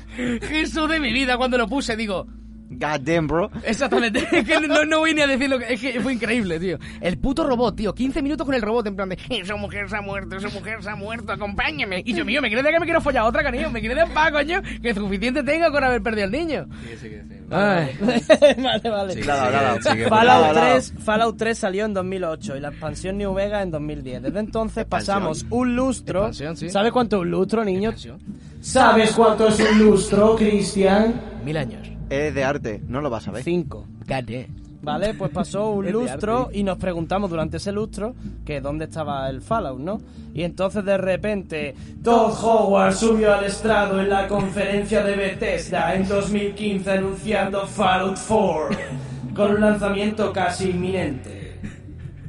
[SPEAKER 2] Jesús de mi vida, cuando lo puse, digo,
[SPEAKER 1] God damn, bro.
[SPEAKER 2] Exactamente, es que no, no voy ni a decir lo que... Es que fue increíble, tío. El puto robot, tío. 15 minutos con el robot en plan de... Esa mujer se ha muerto, esa mujer se ha muerto, acompáñame. Y yo, mío, me crees que me quiero follar otra, cariño. Me crees de pa, coño. Que suficiente tengo con haber perdido al niño. Ay.
[SPEAKER 4] vale, vale.
[SPEAKER 1] Claro, claro.
[SPEAKER 4] Fallout
[SPEAKER 1] Claro.
[SPEAKER 4] 3, Fallout 3 salió en 2008 y la expansión New Vegas en 2010. Desde entonces pasamos un lustro.
[SPEAKER 2] Expansión, sí.
[SPEAKER 4] ¿Sabes cuánto es un lustro, niño?
[SPEAKER 6] ¿Sabes cuánto es un lustro, Cristian?
[SPEAKER 2] Mil años.
[SPEAKER 1] Es de arte, no lo vas a ver.
[SPEAKER 4] Cinco.
[SPEAKER 2] Cate.
[SPEAKER 4] ¿Vale? Pues pasó un
[SPEAKER 2] Es de
[SPEAKER 4] lustro
[SPEAKER 2] arte.
[SPEAKER 4] y nos preguntamos durante ese lustro que dónde estaba el Fallout, ¿no? Y entonces de repente
[SPEAKER 6] Todd Howard subió al estrado en la conferencia de Bethesda en 2015 anunciando Fallout 4 con un lanzamiento casi inminente.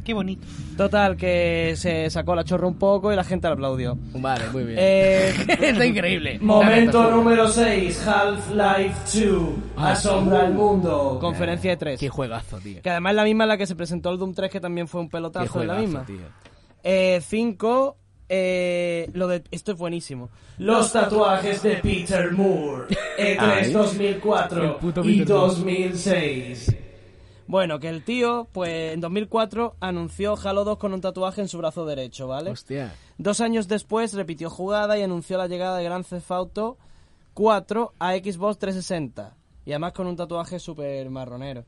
[SPEAKER 5] Qué bonito.
[SPEAKER 4] Total, que se sacó la chorra un poco y la gente lo aplaudió.
[SPEAKER 2] Vale, muy bien.
[SPEAKER 4] Eh,
[SPEAKER 2] Está increíble.
[SPEAKER 6] Momento número 6, Half-Life 2,
[SPEAKER 2] Ah,
[SPEAKER 6] asombra al mundo.
[SPEAKER 4] conferencia de tres.
[SPEAKER 2] Qué juegazo, tío.
[SPEAKER 4] Que además es la misma en la que se presentó el Doom 3, que también fue un
[SPEAKER 2] Qué
[SPEAKER 4] pelotazo, es la
[SPEAKER 2] juegazo,
[SPEAKER 4] misma.
[SPEAKER 2] tío.
[SPEAKER 4] Eh, 5, eh, lo de... Esto es buenísimo.
[SPEAKER 6] Los tatuajes de Peter Moore, E E3
[SPEAKER 2] El
[SPEAKER 6] 2004
[SPEAKER 2] puto
[SPEAKER 6] y
[SPEAKER 2] Peter Moore.
[SPEAKER 6] 2006.
[SPEAKER 4] Bueno, que el tío, pues en 2004 anunció Halo 2 con un tatuaje en su brazo derecho, ¿vale?
[SPEAKER 2] Hostia.
[SPEAKER 4] Dos años después repitió jugada y anunció la llegada de Grand Theft Auto 4 a Xbox 360. Y además con un tatuaje súper marronero.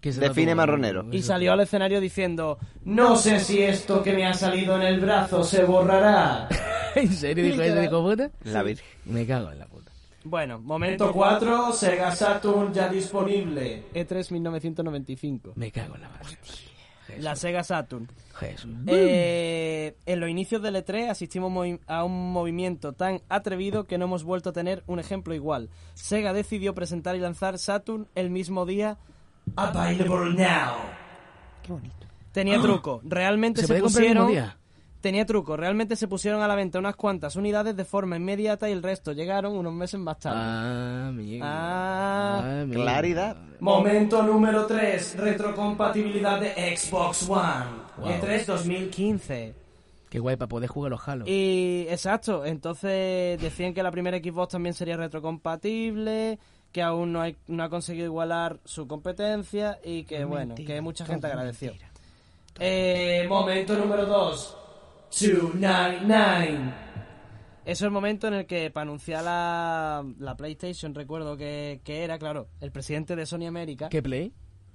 [SPEAKER 2] Que se
[SPEAKER 1] Define
[SPEAKER 2] tatúa.
[SPEAKER 1] marronero.
[SPEAKER 4] Y salió al escenario diciendo,
[SPEAKER 6] No sé si esto que me ha salido en el brazo se borrará.
[SPEAKER 2] ¿En serio dijo eso, hijo puta?
[SPEAKER 1] La Virgen.
[SPEAKER 2] Me cago en la puta.
[SPEAKER 4] bueno, momento
[SPEAKER 6] Momento 4, Sega Saturn ya disponible.
[SPEAKER 2] E
[SPEAKER 4] E3 1995.
[SPEAKER 2] Me cago en la puta.
[SPEAKER 4] La Sega Saturn.
[SPEAKER 2] Jesús.
[SPEAKER 4] Mm. Eh, en los inicios del E3 asistimos movi- a un movimiento tan atrevido que no hemos vuelto a tener un ejemplo igual. Sega decidió presentar y lanzar Saturn el mismo día.
[SPEAKER 6] Available now.
[SPEAKER 5] Qué bonito.
[SPEAKER 4] Tenía truco. Realmente
[SPEAKER 2] Ah. ¿Se
[SPEAKER 4] se,
[SPEAKER 2] puede comprar el mismo
[SPEAKER 4] pusieron.
[SPEAKER 2] día?
[SPEAKER 4] Tenía truco. Realmente se pusieron a la venta unas cuantas unidades de forma inmediata y el resto llegaron unos meses más tarde.
[SPEAKER 2] Ah, mierda.
[SPEAKER 4] Ah.
[SPEAKER 2] mierda.
[SPEAKER 1] Claridad.
[SPEAKER 6] Momento número 3, retrocompatibilidad de Xbox One. E
[SPEAKER 2] Wow.
[SPEAKER 6] E3 2015.
[SPEAKER 4] 2015.
[SPEAKER 2] Qué guay, para poder jugar los Halo.
[SPEAKER 4] Y exacto, entonces decían que la primera Xbox también sería retrocompatible, que aún no, hay- no ha conseguido igualar su competencia y que Eh, bueno,
[SPEAKER 5] Mentira,
[SPEAKER 4] que mucha
[SPEAKER 5] todo
[SPEAKER 4] gente agradeció.
[SPEAKER 5] mentira.
[SPEAKER 4] Eh,
[SPEAKER 6] Momento número 2, 299.
[SPEAKER 4] eso es el momento en el que para anunciar la, la PlayStation, recuerdo que, que era, claro, el presidente de Sony América,
[SPEAKER 2] ¿Qué play?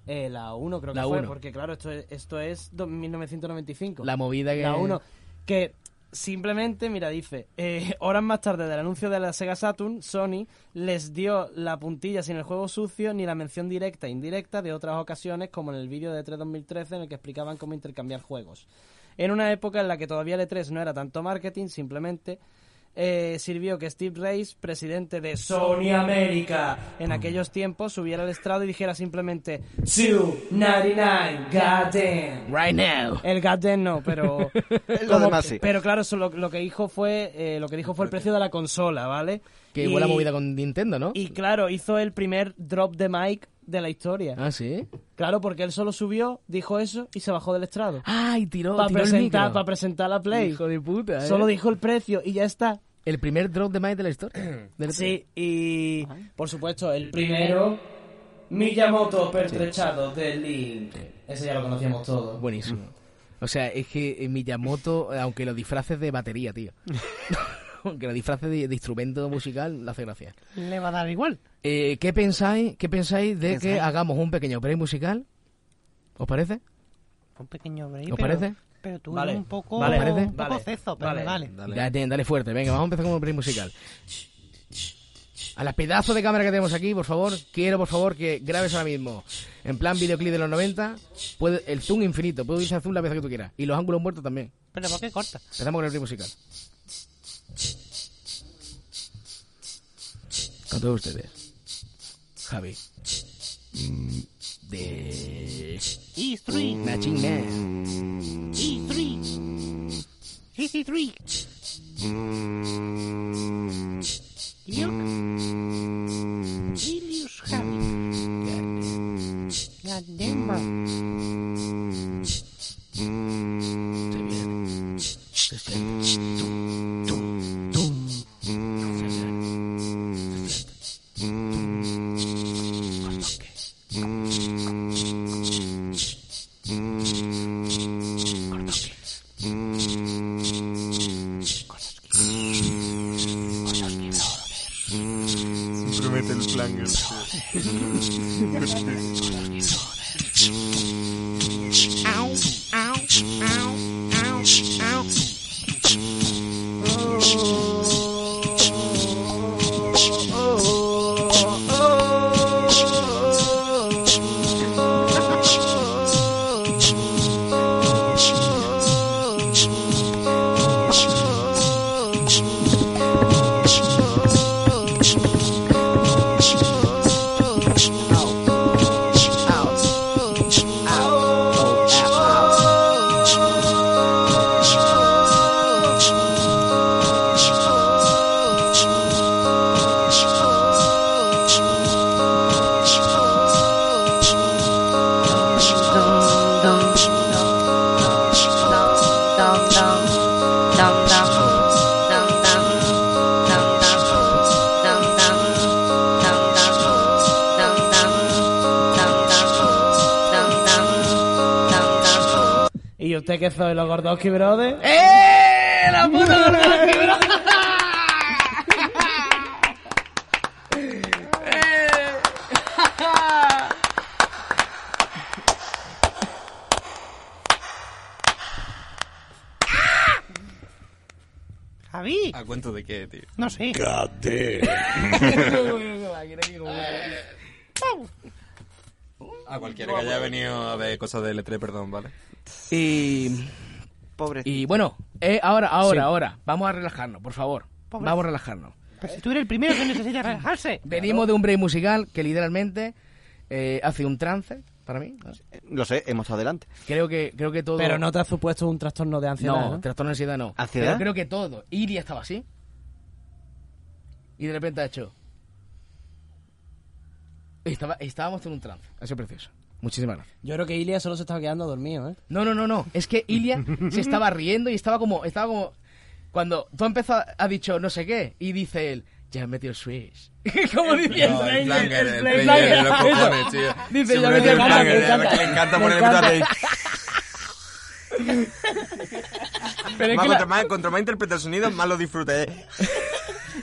[SPEAKER 4] eh, la 1 creo que
[SPEAKER 2] La
[SPEAKER 4] fue,
[SPEAKER 2] 1.
[SPEAKER 4] porque claro, esto es, esto es 1995.
[SPEAKER 2] La movida que...
[SPEAKER 4] La 1. Que simplemente, mira, dice, eh, horas más tarde del anuncio de la Sega Saturn, Sony les dio la puntilla sin el juego sucio ni la mención directa e indirecta de otras ocasiones, como en el vídeo de E E3 2013 en el que explicaban cómo E intercambiar juegos. En una época en la que todavía el E3 no era tanto marketing, simplemente eh, sirvió que Steve Reich, presidente de Sony América, en aquellos tiempos subiera al estrado y dijera simplemente
[SPEAKER 6] 299, goddamn.
[SPEAKER 2] Right now.
[SPEAKER 4] el goddamn no, pero
[SPEAKER 1] Lo
[SPEAKER 4] como
[SPEAKER 1] demás
[SPEAKER 4] que-
[SPEAKER 1] sí.
[SPEAKER 4] pero claro, eso lo, lo que dijo fue eh, lo que dijo fue el precio de la consola, ¿vale?
[SPEAKER 2] Que
[SPEAKER 4] Y-
[SPEAKER 2] igual la movida con Nintendo, ¿no?
[SPEAKER 4] y claro, hizo el primer drop de mic de la historia.
[SPEAKER 2] Ah, sí.
[SPEAKER 4] Claro, porque él solo subió, dijo eso y se bajó del estrado.
[SPEAKER 2] Ay, tiró,
[SPEAKER 4] Para
[SPEAKER 2] Ah, tiró el
[SPEAKER 4] presentar,
[SPEAKER 2] micro.
[SPEAKER 4] pa' presentar la Play.
[SPEAKER 2] Hijo de puta. ¿eh?
[SPEAKER 4] Solo dijo el precio y ya está.
[SPEAKER 2] El primer drop de Might de la historia. Del
[SPEAKER 4] Sí, y por supuesto, el primero.
[SPEAKER 6] Primero, Miyamoto pertrechado de Link. Ese ya lo conocíamos todos.
[SPEAKER 2] Buenísimo. O sea, es que eh, Miyamoto, eh, aunque lo disfraces de batería, tío. aunque lo disfraces de, de instrumento musical, le hace gracia.
[SPEAKER 5] Le va a dar igual.
[SPEAKER 2] Eh, ¿qué, pensáis, ¿Qué pensáis de que hagamos un pequeño break musical? ¿Os parece?
[SPEAKER 5] Un pequeño break.
[SPEAKER 2] ¿Os
[SPEAKER 5] pero-
[SPEAKER 2] parece?
[SPEAKER 5] Pero tú
[SPEAKER 4] Vale,
[SPEAKER 5] eres un poco,
[SPEAKER 4] vale,
[SPEAKER 5] un
[SPEAKER 2] parece.
[SPEAKER 5] poco
[SPEAKER 4] vale,
[SPEAKER 5] cezo, pero
[SPEAKER 4] vale.
[SPEAKER 5] vale.
[SPEAKER 2] Ya, ten- dale fuerte, venga, vamos a empezar con un break musical. A las pedazos de cámara que tenemos aquí, por favor, quiero por favor que grabes ahora mismo. En plan videoclip de los 90, puede, el zoom infinito, puedo utilizar zoom la vez que tú quieras. Y los ángulos muertos también.
[SPEAKER 5] Pero ¿por qué corta?
[SPEAKER 2] Empezamos con el break musical. Con todos ustedes. Javi. Mm, De...
[SPEAKER 5] E3,
[SPEAKER 2] Machine Man.
[SPEAKER 5] E3, EC3. York. Julius Harris. Goddamn.
[SPEAKER 2] Se viene. Sesenta.
[SPEAKER 3] Siempre mete el flanco.
[SPEAKER 4] ¿Y usted qué soy, los Gordowski Brothers?
[SPEAKER 2] ¡Eh! ¡La puta gorda que brota!
[SPEAKER 5] Javi.
[SPEAKER 3] ¿A cuento de qué, tío?
[SPEAKER 5] No sé.
[SPEAKER 3] A cualquiera que haya venido a ver cosas de L3, perdón, ¿vale?
[SPEAKER 2] Y,
[SPEAKER 1] Pobre.
[SPEAKER 2] y bueno, eh, ahora, ahora, ahora. Vamos a relajarnos, por favor. Vamos a relajarnos.
[SPEAKER 5] Pero si tú eres el primero que necesita relajarse.
[SPEAKER 2] Venimos de un break musical que literalmente eh, hace un trance para mí.
[SPEAKER 1] Lo sé, hemos estado adelante.
[SPEAKER 2] Creo que, creo que todo.
[SPEAKER 4] Pero no te ha supuesto un trastorno de
[SPEAKER 2] No,
[SPEAKER 4] ansiedad. No,
[SPEAKER 2] trastorno de ansiedad no.
[SPEAKER 1] ¿Ansiedad?
[SPEAKER 2] Pero creo que todo. Iria estaba así. Y de repente ha hecho. Estaba, estábamos en un trance. Ha sido precioso. Muchísimas gracias.
[SPEAKER 4] Yo creo que Ilia solo se estaba quedando dormido, ¿eh?
[SPEAKER 2] No, no, no, no. Es que Ilia se estaba riendo y estaba como. Estaba como. Cuando tú empezado ha dicho no sé qué. Y dice él, ya he metido el switch. como dice
[SPEAKER 3] No, el flanger, el
[SPEAKER 2] play-
[SPEAKER 3] flanger, los
[SPEAKER 2] flanger.
[SPEAKER 3] cojones,
[SPEAKER 2] Eso.
[SPEAKER 3] tío.
[SPEAKER 2] Dice,
[SPEAKER 3] Siempre
[SPEAKER 2] ya me
[SPEAKER 3] mete el
[SPEAKER 2] encanta, me
[SPEAKER 3] flanger, a ver,
[SPEAKER 2] encanta.
[SPEAKER 3] que le encanta
[SPEAKER 2] Me
[SPEAKER 3] poner el
[SPEAKER 2] encanta.
[SPEAKER 3] petate ahí.
[SPEAKER 2] Pero es
[SPEAKER 3] Más
[SPEAKER 2] que la-
[SPEAKER 3] contra, más, contra más interpreta el sonido, más lo disfruté.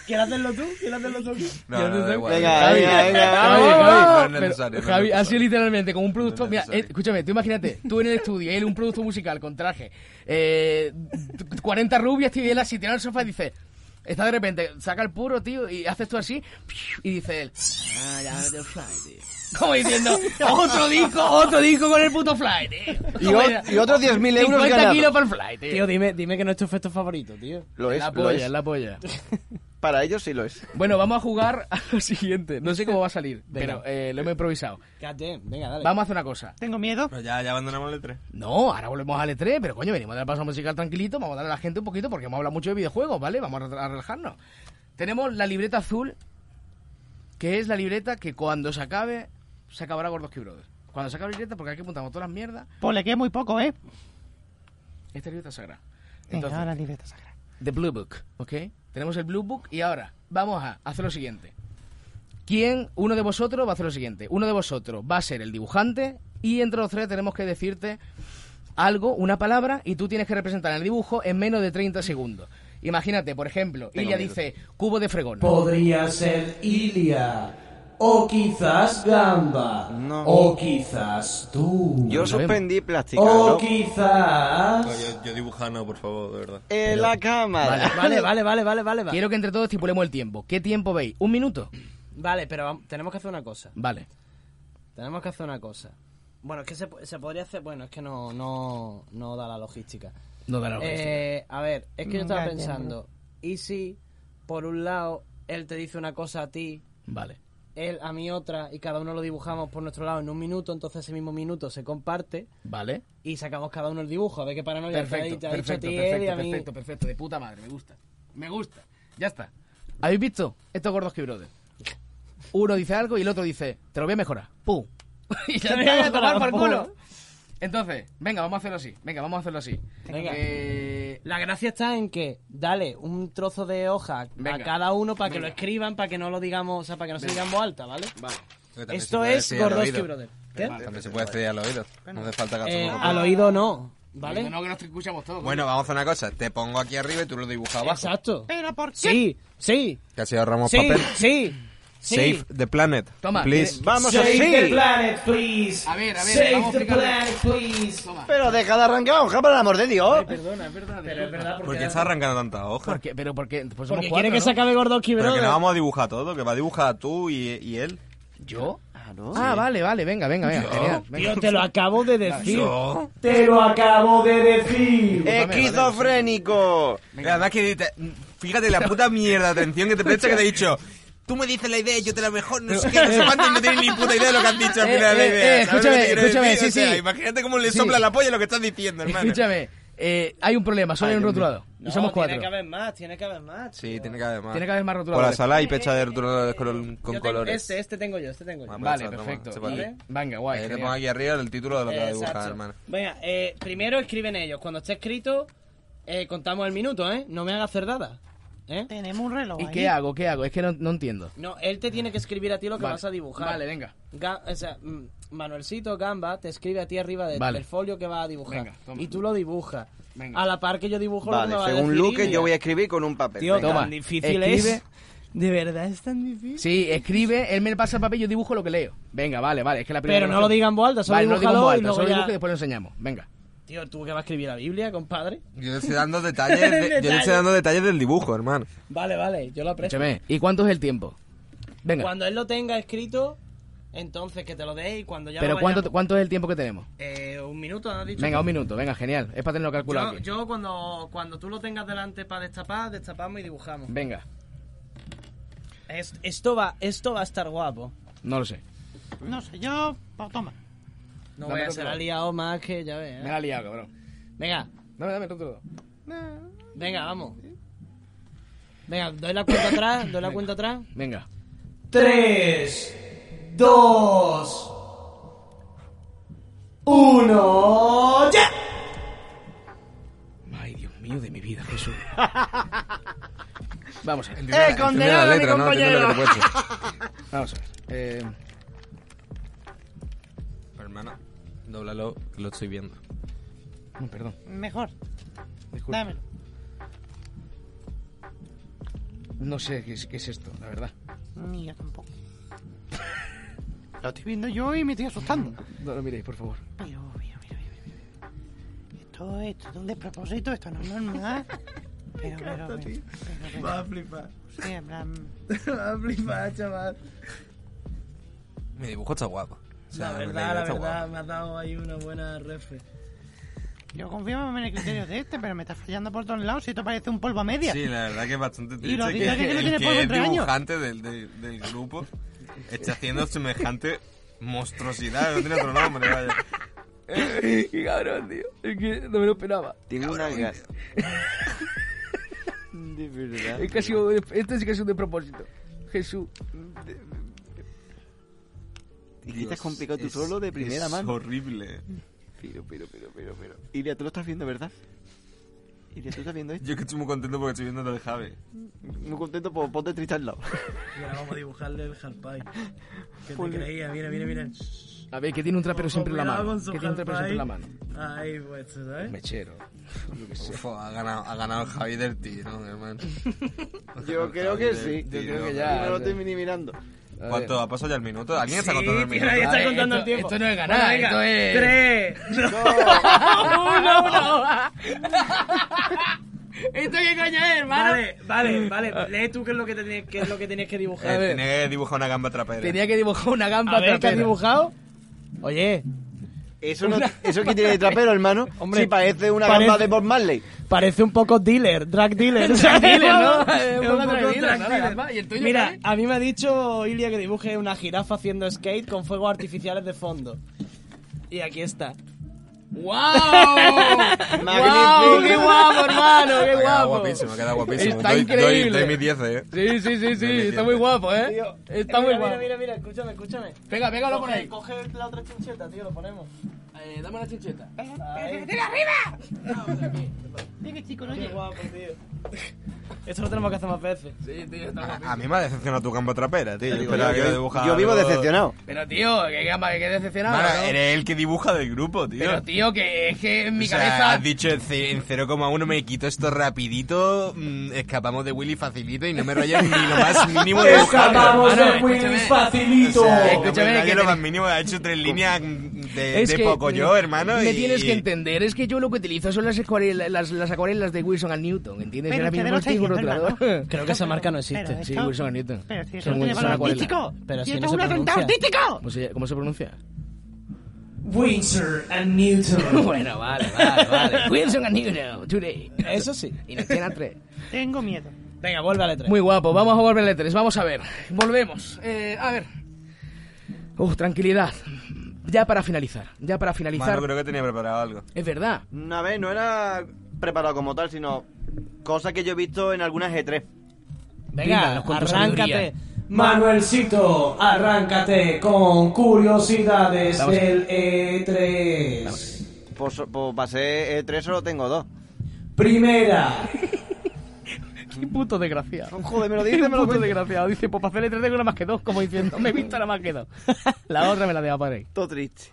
[SPEAKER 4] ¿Quieres hacerlo tú? ¿Quieres hacerlo tú?
[SPEAKER 3] No, no, no, da igual.
[SPEAKER 1] Venga, venga, venga.
[SPEAKER 2] Javi,
[SPEAKER 3] no,
[SPEAKER 2] Javi,
[SPEAKER 3] no es
[SPEAKER 2] pero,
[SPEAKER 3] necesario, no es
[SPEAKER 2] Javi,
[SPEAKER 3] necesario.
[SPEAKER 2] ha sido literalmente como un producto.
[SPEAKER 3] No es
[SPEAKER 2] mira,
[SPEAKER 3] necesario.
[SPEAKER 2] eh, escúchame, tú imagínate, tú en el estudio, él un producto musical con traje, eh, 40 rubias, tío, y él así tirado al sofá y dice: Está de repente, saca el puro, tío, y haces tú así, y dice él, ah, ya, the fly, tío. Como diciendo, otro disco, otro disco con el puto fly, tío.
[SPEAKER 1] Y,
[SPEAKER 2] Como
[SPEAKER 1] o-
[SPEAKER 2] era,
[SPEAKER 1] y otros 10.000 euros
[SPEAKER 2] 50
[SPEAKER 1] ganados.
[SPEAKER 2] kilos para el fly, tío.
[SPEAKER 4] Eh, Tío, dime, dime que no es tu efecto favorito, tío.
[SPEAKER 1] Lo es,
[SPEAKER 2] la
[SPEAKER 1] lo
[SPEAKER 2] polla,
[SPEAKER 1] es.
[SPEAKER 2] la polla.
[SPEAKER 1] Para ellos sí lo es.
[SPEAKER 2] Bueno, vamos a jugar a lo siguiente. No sé cómo va a salir, pero
[SPEAKER 4] Venga.
[SPEAKER 2] eh, lo hemos improvisado.
[SPEAKER 4] Cate, venga, dale.
[SPEAKER 2] Vamos a hacer una cosa.
[SPEAKER 5] Tengo miedo.
[SPEAKER 3] Pero ya, ya abandonamos el E E3.
[SPEAKER 2] No, ahora volvemos al E3, pero coño, venimos del paso musical tranquilito, vamos a darle a la gente un poquito porque hemos hablado mucho de videojuegos, ¿vale? Vamos a re- a relajarnos. Tenemos la libreta azul, que es la libreta que cuando se acabe, se acabará Gordoski Brothers. Cuando se acabe la libreta, porque aquí apuntamos todas las mierdas,
[SPEAKER 5] Pues le queda muy poco, ¿eh?
[SPEAKER 2] esta libreta sagrada.
[SPEAKER 5] Venga,
[SPEAKER 2] Entonces,
[SPEAKER 5] ahora libreta sagrada.
[SPEAKER 2] The Blue Book, ¿ok? Tenemos el Blue Book y ahora vamos a hacer lo siguiente. ¿Quién, uno de vosotros, va a hacer lo siguiente? Uno de vosotros va a ser el dibujante y entre los tres tenemos que decirte algo, una palabra, y tú tienes que representar el dibujo en menos de 30 segundos. Imagínate, por ejemplo, Ilia dice cubo de fregón.
[SPEAKER 6] Podría ser Ilia. O quizás Gamba.
[SPEAKER 1] No.
[SPEAKER 6] O quizás tú.
[SPEAKER 1] Yo
[SPEAKER 2] sabemos.
[SPEAKER 1] suspendí plástica.
[SPEAKER 6] o
[SPEAKER 1] ¿no?
[SPEAKER 6] quizás.
[SPEAKER 3] No, yo, yo dibujando, por favor, de verdad.
[SPEAKER 1] En la cámara.
[SPEAKER 2] Vale.
[SPEAKER 4] Vale, vale, vale, vale, vale. va.
[SPEAKER 2] Quiero que entre todos estipulemos el tiempo. ¿Qué tiempo veis? ¿Un minuto?
[SPEAKER 4] Vale, pero vam- tenemos que hacer una cosa.
[SPEAKER 2] Vale.
[SPEAKER 4] Tenemos que hacer una cosa. Bueno, es que se, po- se podría hacer. Bueno, es que no, no, no da la logística.
[SPEAKER 2] No da la
[SPEAKER 4] Eh, a ver, es que yo estaba
[SPEAKER 5] Venga, ya,
[SPEAKER 4] pensando. ¿Y si, por un lado, él te dice una cosa a ti,
[SPEAKER 2] Vale.
[SPEAKER 4] él a mí otra, y cada uno lo dibujamos por nuestro lado en un minuto, entonces ese mismo minuto se comparte
[SPEAKER 2] Vale.
[SPEAKER 4] y sacamos cada uno el dibujo? A ver qué paranoia te ha-
[SPEAKER 2] Perfecto,
[SPEAKER 4] te ha dicho a
[SPEAKER 2] perfecto,
[SPEAKER 4] ti él y
[SPEAKER 2] perfecto,
[SPEAKER 4] a mí.
[SPEAKER 2] perfecto, perfecto, de puta madre, me gusta. Me gusta. Ya está. ¿Habéis visto? Estos gordos que brothers. Uno dice algo y el otro dice, te lo voy a mejorar. ¡Pum! y ya
[SPEAKER 4] voy
[SPEAKER 2] te
[SPEAKER 4] a
[SPEAKER 2] voy a tomar
[SPEAKER 4] mejorar,
[SPEAKER 2] por
[SPEAKER 4] pum.
[SPEAKER 2] culo. Entonces, venga, vamos a hacerlo así. Venga, vamos a hacerlo así.
[SPEAKER 4] Venga.
[SPEAKER 2] Eh,
[SPEAKER 4] La gracia está en que dale un trozo de hoja
[SPEAKER 2] Venga.
[SPEAKER 4] a cada uno para que
[SPEAKER 2] Venga.
[SPEAKER 4] lo escriban, para que no lo digamos, o sea, para que no se diga en voz alta, ¿vale?
[SPEAKER 2] Vale.
[SPEAKER 3] Que también se
[SPEAKER 4] Esto
[SPEAKER 3] puede
[SPEAKER 4] es
[SPEAKER 3] decir al
[SPEAKER 4] Gordoski
[SPEAKER 3] oído.
[SPEAKER 4] Brother. ¿Qué?
[SPEAKER 3] También se puede hacer al oído. No hace falta que
[SPEAKER 4] Eh,
[SPEAKER 3] hagamos-
[SPEAKER 4] al oído no, ¿vale?
[SPEAKER 2] No, que nos escuchamos todos.
[SPEAKER 3] Bueno, vamos a hacer una cosa. Te pongo aquí arriba y tú lo dibujas abajo.
[SPEAKER 4] Exacto.
[SPEAKER 5] ¿Pero por qué?
[SPEAKER 4] Sí, sí,
[SPEAKER 3] Que así ahorramos
[SPEAKER 4] sí,
[SPEAKER 3] papel.
[SPEAKER 4] sí, sí.
[SPEAKER 3] Save the planet.
[SPEAKER 2] Toma,
[SPEAKER 3] please.
[SPEAKER 1] Vamos
[SPEAKER 6] Save the
[SPEAKER 1] así.
[SPEAKER 6] planet, please.
[SPEAKER 2] A ver, a ver,
[SPEAKER 6] Save
[SPEAKER 2] vamos a
[SPEAKER 6] the
[SPEAKER 2] explicarlo.
[SPEAKER 6] planet, please.
[SPEAKER 2] Toma.
[SPEAKER 1] Pero deja de arrancar hoja, por el amor de Dios.
[SPEAKER 2] Perdona, perdona.
[SPEAKER 4] Pero es verdad,
[SPEAKER 3] ¿Por
[SPEAKER 4] porque,
[SPEAKER 3] qué está arrancando tanta hoja?
[SPEAKER 2] ¿Por qué? Pero porque, pues somos
[SPEAKER 4] porque
[SPEAKER 2] cuatro,
[SPEAKER 4] quiere que
[SPEAKER 2] ¿no? eh.
[SPEAKER 4] se acabe Gordoski
[SPEAKER 3] Pero que
[SPEAKER 4] Brother.
[SPEAKER 3] no vamos a dibujar todo, que va a dibujar tú y, y él.
[SPEAKER 2] ¿Yo?
[SPEAKER 1] Ah, ¿no?
[SPEAKER 2] Ah, vale, vale, venga, venga, venga. genial, venga.
[SPEAKER 4] Tío, te lo acabo de decir.
[SPEAKER 3] Yo.
[SPEAKER 6] Te lo acabo de decir.
[SPEAKER 1] Eh. Esquizofrénico.
[SPEAKER 3] Además que te- fíjate la puta mierda de atención que te presta que te he dicho. Tú me dices la idea y yo te la mejor, no sé qué, no sé cuánto, y no tienes ni puta idea de lo que has dicho al
[SPEAKER 2] Eh,
[SPEAKER 3] final de la
[SPEAKER 2] eh,
[SPEAKER 3] idea.
[SPEAKER 2] eh,
[SPEAKER 3] ¿sabes lo que te
[SPEAKER 2] escúchame,
[SPEAKER 3] quiero decir?
[SPEAKER 2] escúchame, sí,
[SPEAKER 3] O sea,
[SPEAKER 2] sí.
[SPEAKER 3] Imagínate cómo le
[SPEAKER 2] Sí.
[SPEAKER 3] sopla la polla lo que estás diciendo, hermano.
[SPEAKER 2] Escúchame, eh, hay un problema, solo hay un rotulado. y somos cuatro.
[SPEAKER 4] Tiene que haber más, tiene que haber más.
[SPEAKER 3] Sí, tiene que haber más.
[SPEAKER 2] Tiene que haber más rotuladores.
[SPEAKER 3] Corazalá y pecha de rotuladores con, con
[SPEAKER 4] Eh, Yo tengo-
[SPEAKER 3] colores.
[SPEAKER 4] Este, este tengo yo, este tengo yo.
[SPEAKER 3] Ah,
[SPEAKER 2] Vale,
[SPEAKER 3] Toma,
[SPEAKER 2] perfecto.
[SPEAKER 3] se puede.
[SPEAKER 2] Y- Venga, guay.
[SPEAKER 4] Eh,
[SPEAKER 3] Ahí te
[SPEAKER 2] genial.
[SPEAKER 3] pongo aquí arriba el título de lo que va a dibujar,
[SPEAKER 4] Exacto.
[SPEAKER 3] hermano.
[SPEAKER 4] Venga, eh, primero escriben ellos. Cuando esté escrito, eh, contamos el minuto, ¿eh? No me hagas cerdadas. ¿Eh?
[SPEAKER 5] Tenemos un reloj.
[SPEAKER 2] ¿Y
[SPEAKER 5] ahí.
[SPEAKER 2] qué hago? ¿Qué hago? Es que no, no entiendo.
[SPEAKER 4] No, él te tiene que escribir a ti lo que
[SPEAKER 2] Vale.
[SPEAKER 4] vas a dibujar.
[SPEAKER 2] Vale, venga.
[SPEAKER 4] Ga- o sea, mm, Manuelcito Gamba te escribe a ti arriba del
[SPEAKER 2] Vale.
[SPEAKER 4] del folio que vas a dibujar.
[SPEAKER 2] Venga, toma.
[SPEAKER 4] y tú lo dibujas.
[SPEAKER 2] Venga.
[SPEAKER 4] A la par que yo dibujo
[SPEAKER 1] Vale,
[SPEAKER 4] lo que me va a
[SPEAKER 1] según
[SPEAKER 4] decir
[SPEAKER 1] Luke
[SPEAKER 4] Ilia.
[SPEAKER 1] yo voy a escribir con un papel.
[SPEAKER 4] Tío,
[SPEAKER 1] Venga.
[SPEAKER 2] Toma,
[SPEAKER 4] tan difícil
[SPEAKER 2] escribe.
[SPEAKER 4] es. ¿De verdad es tan difícil?
[SPEAKER 2] Sí, escribe, él me pasa el papel y yo dibujo lo que leo. Venga, vale, vale. Es que la primera
[SPEAKER 4] Pero no
[SPEAKER 2] vez-
[SPEAKER 4] lo diga en voz alta, solo
[SPEAKER 2] Vale, no lo digo en
[SPEAKER 4] dibújalo
[SPEAKER 2] voz
[SPEAKER 4] y
[SPEAKER 2] alta,
[SPEAKER 4] luego
[SPEAKER 2] solo
[SPEAKER 4] ya-
[SPEAKER 2] dibujo y después lo enseñamos. Venga.
[SPEAKER 4] Tío, ¿tú que vas a escribir la Biblia, compadre?
[SPEAKER 3] Yo le estoy dando detalles, de- yo le estoy dando detalles del dibujo, hermano.
[SPEAKER 4] Vale, vale, yo lo aprecio.
[SPEAKER 2] Escúchame, ¿y cuánto es el tiempo? Venga.
[SPEAKER 4] Cuando él lo tenga escrito, entonces que te lo dé y cuando ya
[SPEAKER 2] Pero
[SPEAKER 4] lo
[SPEAKER 2] ¿cuánto,
[SPEAKER 4] vayamos-
[SPEAKER 2] ¿cuánto es el tiempo que tenemos?
[SPEAKER 4] Eh, un minuto, ¿no has dicho?
[SPEAKER 2] Venga, un minuto, venga, genial. Es para tenerlo calculado.
[SPEAKER 4] Yo,
[SPEAKER 2] aquí.
[SPEAKER 4] yo cuando, cuando tú lo tengas delante para destapar, destapamos y dibujamos.
[SPEAKER 2] Venga,
[SPEAKER 4] Es- esto, va, esto va a estar guapo.
[SPEAKER 2] no lo sé.
[SPEAKER 5] No sé, yo... pues toma.
[SPEAKER 4] No
[SPEAKER 2] Dame
[SPEAKER 4] voy a
[SPEAKER 2] otro
[SPEAKER 4] ser
[SPEAKER 2] lado.
[SPEAKER 4] aliado más que ya ves.
[SPEAKER 2] Me
[SPEAKER 4] ¿eh?
[SPEAKER 2] la he liado, cabrón.
[SPEAKER 4] Venga,
[SPEAKER 2] Dame, dame, otro.
[SPEAKER 4] venga, vamos. Venga, doy la cuenta atrás, doy la cuenta atrás.
[SPEAKER 2] Venga.
[SPEAKER 6] 3, 2, 1, ya.
[SPEAKER 2] Ay, Dios mío de mi vida, Jesús. Vamos a ver.
[SPEAKER 3] ¡Eh, condenado la letra, pues, ¿no? Entiendo lo que te he puesto.
[SPEAKER 2] Vamos a ver. Eh,
[SPEAKER 3] Hermano, dóblalo, que lo estoy viendo.
[SPEAKER 2] no, perdón.
[SPEAKER 5] Mejor.
[SPEAKER 2] Disculpa.
[SPEAKER 5] Dámelo.
[SPEAKER 2] No sé qué es, qué es esto, la verdad.
[SPEAKER 5] Ni yo tampoco. Lo estoy viendo yo y me estoy asustando.
[SPEAKER 2] No lo miréis, por favor.
[SPEAKER 5] Pero, mira, mira, mira, mira. Esto, esto es un despropósito, esto no es normal. Me encanta, tío.
[SPEAKER 7] Vas a flipar.
[SPEAKER 5] Sí, en plan,
[SPEAKER 7] Vas a flipar, chaval.
[SPEAKER 3] Mi dibujo está guapo. O sea,
[SPEAKER 7] la
[SPEAKER 3] en
[SPEAKER 7] verdad, la
[SPEAKER 3] está guapo.
[SPEAKER 7] verdad, me has dado ahí una buena refe.
[SPEAKER 5] Yo confío más o menos en el criterio de este, pero me está fallando por todos lados. Si esto parece un polvo a media.
[SPEAKER 3] Sí, la verdad que es bastante triste.
[SPEAKER 5] lo dice que no
[SPEAKER 3] el
[SPEAKER 5] tiene polvo
[SPEAKER 3] es
[SPEAKER 5] entre años.
[SPEAKER 3] dibujante del, del, del grupo está haciendo semejante monstruosidad. No tiene otro nombre, vaya.
[SPEAKER 7] Qué cabrón, tío. Es que no me lo esperaba.
[SPEAKER 1] Tengo una gas. De
[SPEAKER 2] Eh,
[SPEAKER 1] verdad.
[SPEAKER 7] Es que ha sido, este sí que ha sido de propósito. Jesús.
[SPEAKER 1] Y que te has complicado tú
[SPEAKER 3] Es-
[SPEAKER 1] solo de primera
[SPEAKER 3] es
[SPEAKER 1] mano.
[SPEAKER 3] horrible.
[SPEAKER 1] Pero, pero, pero, pero, pero. Iria, tú lo estás viendo, ¿verdad? Iria, tú estás viendo esto.
[SPEAKER 3] Yo que estoy muy contento porque estoy viendo el Javi.
[SPEAKER 1] Muy contento por ponte triste al lado.
[SPEAKER 7] Y ahora vamos a dibujarle el halpai. Que te
[SPEAKER 1] Ponle.
[SPEAKER 7] creía, mira, mira, mira.
[SPEAKER 2] A ver, que tiene un trapero siempre en la
[SPEAKER 7] Cuidado
[SPEAKER 2] mano.
[SPEAKER 7] con su
[SPEAKER 2] Que tiene un trapero siempre en la mano.
[SPEAKER 7] halpai. Ahí, pues, ¿sabes?
[SPEAKER 2] Mechero. Yo qué sé.
[SPEAKER 3] Uf, ha ganado, ha ganado el Javi del tiro, hermano.
[SPEAKER 1] Yo creo que sí.
[SPEAKER 2] Yo creo que
[SPEAKER 1] Yo
[SPEAKER 2] ya.
[SPEAKER 1] no lo
[SPEAKER 2] sí.
[SPEAKER 1] estoy ni mirando.
[SPEAKER 2] A ver.
[SPEAKER 3] ¿Cuánto ha pasado ya el minuto? ¿Alguien está contando el
[SPEAKER 7] tío,
[SPEAKER 3] minuto?
[SPEAKER 7] ahí está
[SPEAKER 2] Vale,
[SPEAKER 7] contando el
[SPEAKER 2] esto-
[SPEAKER 7] tiempo.
[SPEAKER 2] Esto no es ganar, esto es.
[SPEAKER 7] Tres. No.
[SPEAKER 2] ¿Esto qué coño es, hermano?
[SPEAKER 7] Vale,
[SPEAKER 6] pues,
[SPEAKER 7] vale, vale.
[SPEAKER 4] Lee tú qué es lo que, tenías, qué es lo que tenías que dibujar.
[SPEAKER 2] A
[SPEAKER 3] Eh,
[SPEAKER 2] ver.
[SPEAKER 3] tenía que dibujar una gamba trapera.
[SPEAKER 2] Tenía que dibujar una gamba
[SPEAKER 4] A ver, ¿qué has
[SPEAKER 2] trapera.
[SPEAKER 4] dibujado? Oye,
[SPEAKER 1] Eso, no, eso que tiene de trapero, hermano.
[SPEAKER 4] Hombre,
[SPEAKER 1] sí, parece una
[SPEAKER 4] parece-
[SPEAKER 1] gamba de Bob Marley.
[SPEAKER 4] parece un poco dealer, drug dealer.
[SPEAKER 2] Tranquilo, ¿no? Es un poco
[SPEAKER 4] tranquilo,
[SPEAKER 2] tranquilo, ¿no? La gamba. ¿Y el tuyo
[SPEAKER 4] Mira,
[SPEAKER 2] qué es?
[SPEAKER 4] a mí me ha dicho Ilia que dibuje una jirafa haciendo skate con fuegos artificiales de fondo. Y aquí está.
[SPEAKER 2] ¡Wow! ¡Wow!
[SPEAKER 1] Magnífico.
[SPEAKER 2] ¡Qué guapo, hermano! ¡Qué
[SPEAKER 3] Ha quedado
[SPEAKER 2] guapo!
[SPEAKER 3] guapísimo, ha quedado guapísimo.
[SPEAKER 2] Está
[SPEAKER 3] Doy-
[SPEAKER 2] increíble.
[SPEAKER 3] Doy, doy mis 10, eh.
[SPEAKER 2] Sí, sí, sí, sí,
[SPEAKER 3] Dale,
[SPEAKER 2] está
[SPEAKER 3] tío.
[SPEAKER 2] muy guapo, ¿eh? Está muy guapo.
[SPEAKER 4] mira, escúchame, escúchame.
[SPEAKER 2] Venga, pégalo por ahí.
[SPEAKER 4] Coge la otra chincheta, tío, lo ponemos.
[SPEAKER 2] Eh, dame una chincheta.
[SPEAKER 5] Venga, chicos, oye.
[SPEAKER 4] guapo, tío. Esto lo tenemos que hacer más veces.
[SPEAKER 2] Sí, tío, está guapo.
[SPEAKER 3] A, a mí me ha decepcionado tu gamba trapera, tío. Yo,
[SPEAKER 1] Digo,
[SPEAKER 3] esperaba
[SPEAKER 1] yo,
[SPEAKER 3] que
[SPEAKER 1] yo-
[SPEAKER 3] dibujara
[SPEAKER 1] yo vivo
[SPEAKER 3] algo-
[SPEAKER 1] decepcionado.
[SPEAKER 2] Pero tío, que gamba, que qué decepcionado.
[SPEAKER 3] Mano,
[SPEAKER 2] ¿no?
[SPEAKER 3] eres el que dibuja del grupo, tío.
[SPEAKER 2] Pero tío, que es que en mi
[SPEAKER 3] O sea,
[SPEAKER 2] cabeza.
[SPEAKER 3] has dicho en ce- en 0,1 me quito esto rapidito, mm, escapamos de Willy facilito y no me rayas ni lo más mínimo
[SPEAKER 6] pues,
[SPEAKER 3] de dibujarlo.
[SPEAKER 6] Escapamos de
[SPEAKER 2] hermano,
[SPEAKER 6] Willy
[SPEAKER 2] escúchame.
[SPEAKER 6] facilito.
[SPEAKER 3] O sea,
[SPEAKER 2] Escúchame,
[SPEAKER 3] no me rayes
[SPEAKER 2] que
[SPEAKER 3] lo
[SPEAKER 2] te-
[SPEAKER 3] más mínimo ha hecho tres líneas mm, de,
[SPEAKER 2] Es
[SPEAKER 3] de
[SPEAKER 2] que
[SPEAKER 3] poco yo,
[SPEAKER 2] me-
[SPEAKER 3] hermano.
[SPEAKER 2] Me
[SPEAKER 3] y-
[SPEAKER 2] tienes que entender, es que yo lo que utilizo son las acuarelas, las, las acuarelas de Wilson and Newton, ¿entiendes?
[SPEAKER 5] Pero este
[SPEAKER 2] Ahora
[SPEAKER 5] ustedes
[SPEAKER 2] mismo
[SPEAKER 5] lo
[SPEAKER 2] estoy
[SPEAKER 5] estáis
[SPEAKER 2] con
[SPEAKER 5] diciendo,
[SPEAKER 2] otro
[SPEAKER 5] hermano.
[SPEAKER 2] lado.
[SPEAKER 4] Creo que esa marca no
[SPEAKER 5] Pero
[SPEAKER 4] existe.
[SPEAKER 2] Sí,
[SPEAKER 5] esto-
[SPEAKER 2] Wilson and Newton.
[SPEAKER 5] Pero si
[SPEAKER 2] Son
[SPEAKER 5] eso no tiene
[SPEAKER 2] Wilson
[SPEAKER 5] valor
[SPEAKER 2] acuarela.
[SPEAKER 5] artístico.
[SPEAKER 4] Pero
[SPEAKER 5] Si
[SPEAKER 4] si
[SPEAKER 5] esto
[SPEAKER 4] no
[SPEAKER 5] es
[SPEAKER 4] se
[SPEAKER 5] un atentado
[SPEAKER 4] pronuncia.
[SPEAKER 5] artístico.
[SPEAKER 2] ¿Cómo se, ¿Cómo se pronuncia?
[SPEAKER 6] Windsor and Newton.
[SPEAKER 2] bueno, vale, vale, vale. Wilson and Newton, today.
[SPEAKER 4] Eso sí.
[SPEAKER 2] Y nos tiene a tres.
[SPEAKER 5] Tengo miedo.
[SPEAKER 4] Venga, vuelve a letra.
[SPEAKER 2] Muy guapo, vamos a volver a E3, vamos a ver. Volvemos. Eh, a ver. Uf, tranquilidad. Ya para finalizar, ya para finalizar.
[SPEAKER 3] Mano, creo que tenía preparado algo.
[SPEAKER 2] Es verdad.
[SPEAKER 1] Una vez no era preparado como tal, sino cosa que yo he visto en algunas E E3.
[SPEAKER 2] Venga,
[SPEAKER 4] Venga,
[SPEAKER 2] nos cuento
[SPEAKER 4] arráncate.
[SPEAKER 2] sabiduría.
[SPEAKER 6] Manuelcito, arráncate con curiosidades
[SPEAKER 2] Vamos.
[SPEAKER 6] del E E3.
[SPEAKER 1] Pues, pues pasé E3, solo tengo dos.
[SPEAKER 6] Primera,
[SPEAKER 2] Qué puto desgraciado.
[SPEAKER 1] Joder, me lo dices, me lo
[SPEAKER 2] puto
[SPEAKER 1] cuentas.
[SPEAKER 2] desgraciado. Dice, pues para hacer el 3 tengo nada más que dos, como diciendo, me he visto nada más que dos. La otra me la deja para ahí.
[SPEAKER 1] Todo triste.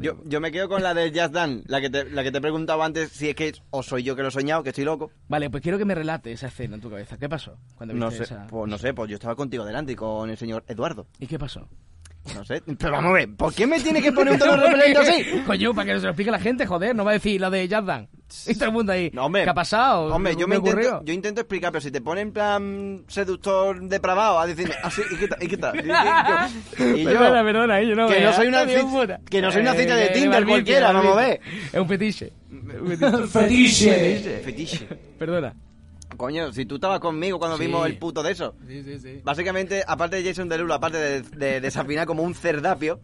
[SPEAKER 1] Yo, yo me quedo con la de Just Dan, la que, te, la que te he preguntado antes si es que o soy yo que lo he soñado, que estoy loco.
[SPEAKER 2] Vale, pues quiero que me relate esa escena en tu cabeza. ¿Qué pasó? Cuando
[SPEAKER 1] No sé,
[SPEAKER 2] viste esa-
[SPEAKER 1] pues no sé, pues yo estaba contigo delante y con el señor Eduardo.
[SPEAKER 2] ¿Y qué pasó?
[SPEAKER 1] No sé, pero vamos a ver, ¿por qué me tiene que poner un tono repelente así?
[SPEAKER 2] Coño, para que se lo explique la gente, joder, no va a decir la de Jazdan. Y todo el mundo ahí.
[SPEAKER 1] No, hombre.
[SPEAKER 2] ¿Qué ha pasado?
[SPEAKER 1] Hombre,
[SPEAKER 2] ¿Qué
[SPEAKER 1] yo me
[SPEAKER 2] ocurrió?
[SPEAKER 1] intento, yo intento explicar, pero si te pone en plan seductor depravado a decirme así, ¿y qué tal? ¿Y qué tal? Y yo- y yo-
[SPEAKER 2] Perdona, perdona, eh, yo no
[SPEAKER 1] que
[SPEAKER 2] vea.
[SPEAKER 1] no soy una
[SPEAKER 2] Dios
[SPEAKER 1] cita-
[SPEAKER 2] puta. Eh,
[SPEAKER 1] que no soy una cita de
[SPEAKER 2] que
[SPEAKER 1] Tinder
[SPEAKER 2] barbilla,
[SPEAKER 1] cualquiera, vamos a ver.
[SPEAKER 2] Es un fetiche.
[SPEAKER 6] fetiche.
[SPEAKER 1] Fetiche.
[SPEAKER 2] Perdona.
[SPEAKER 1] Coño, si tú estabas conmigo cuando
[SPEAKER 2] Sí.
[SPEAKER 1] vimos el puto de eso.
[SPEAKER 2] Sí, sí, sí.
[SPEAKER 1] Básicamente, aparte de Jason Derulo, aparte de, de desafinar como un cerdapio,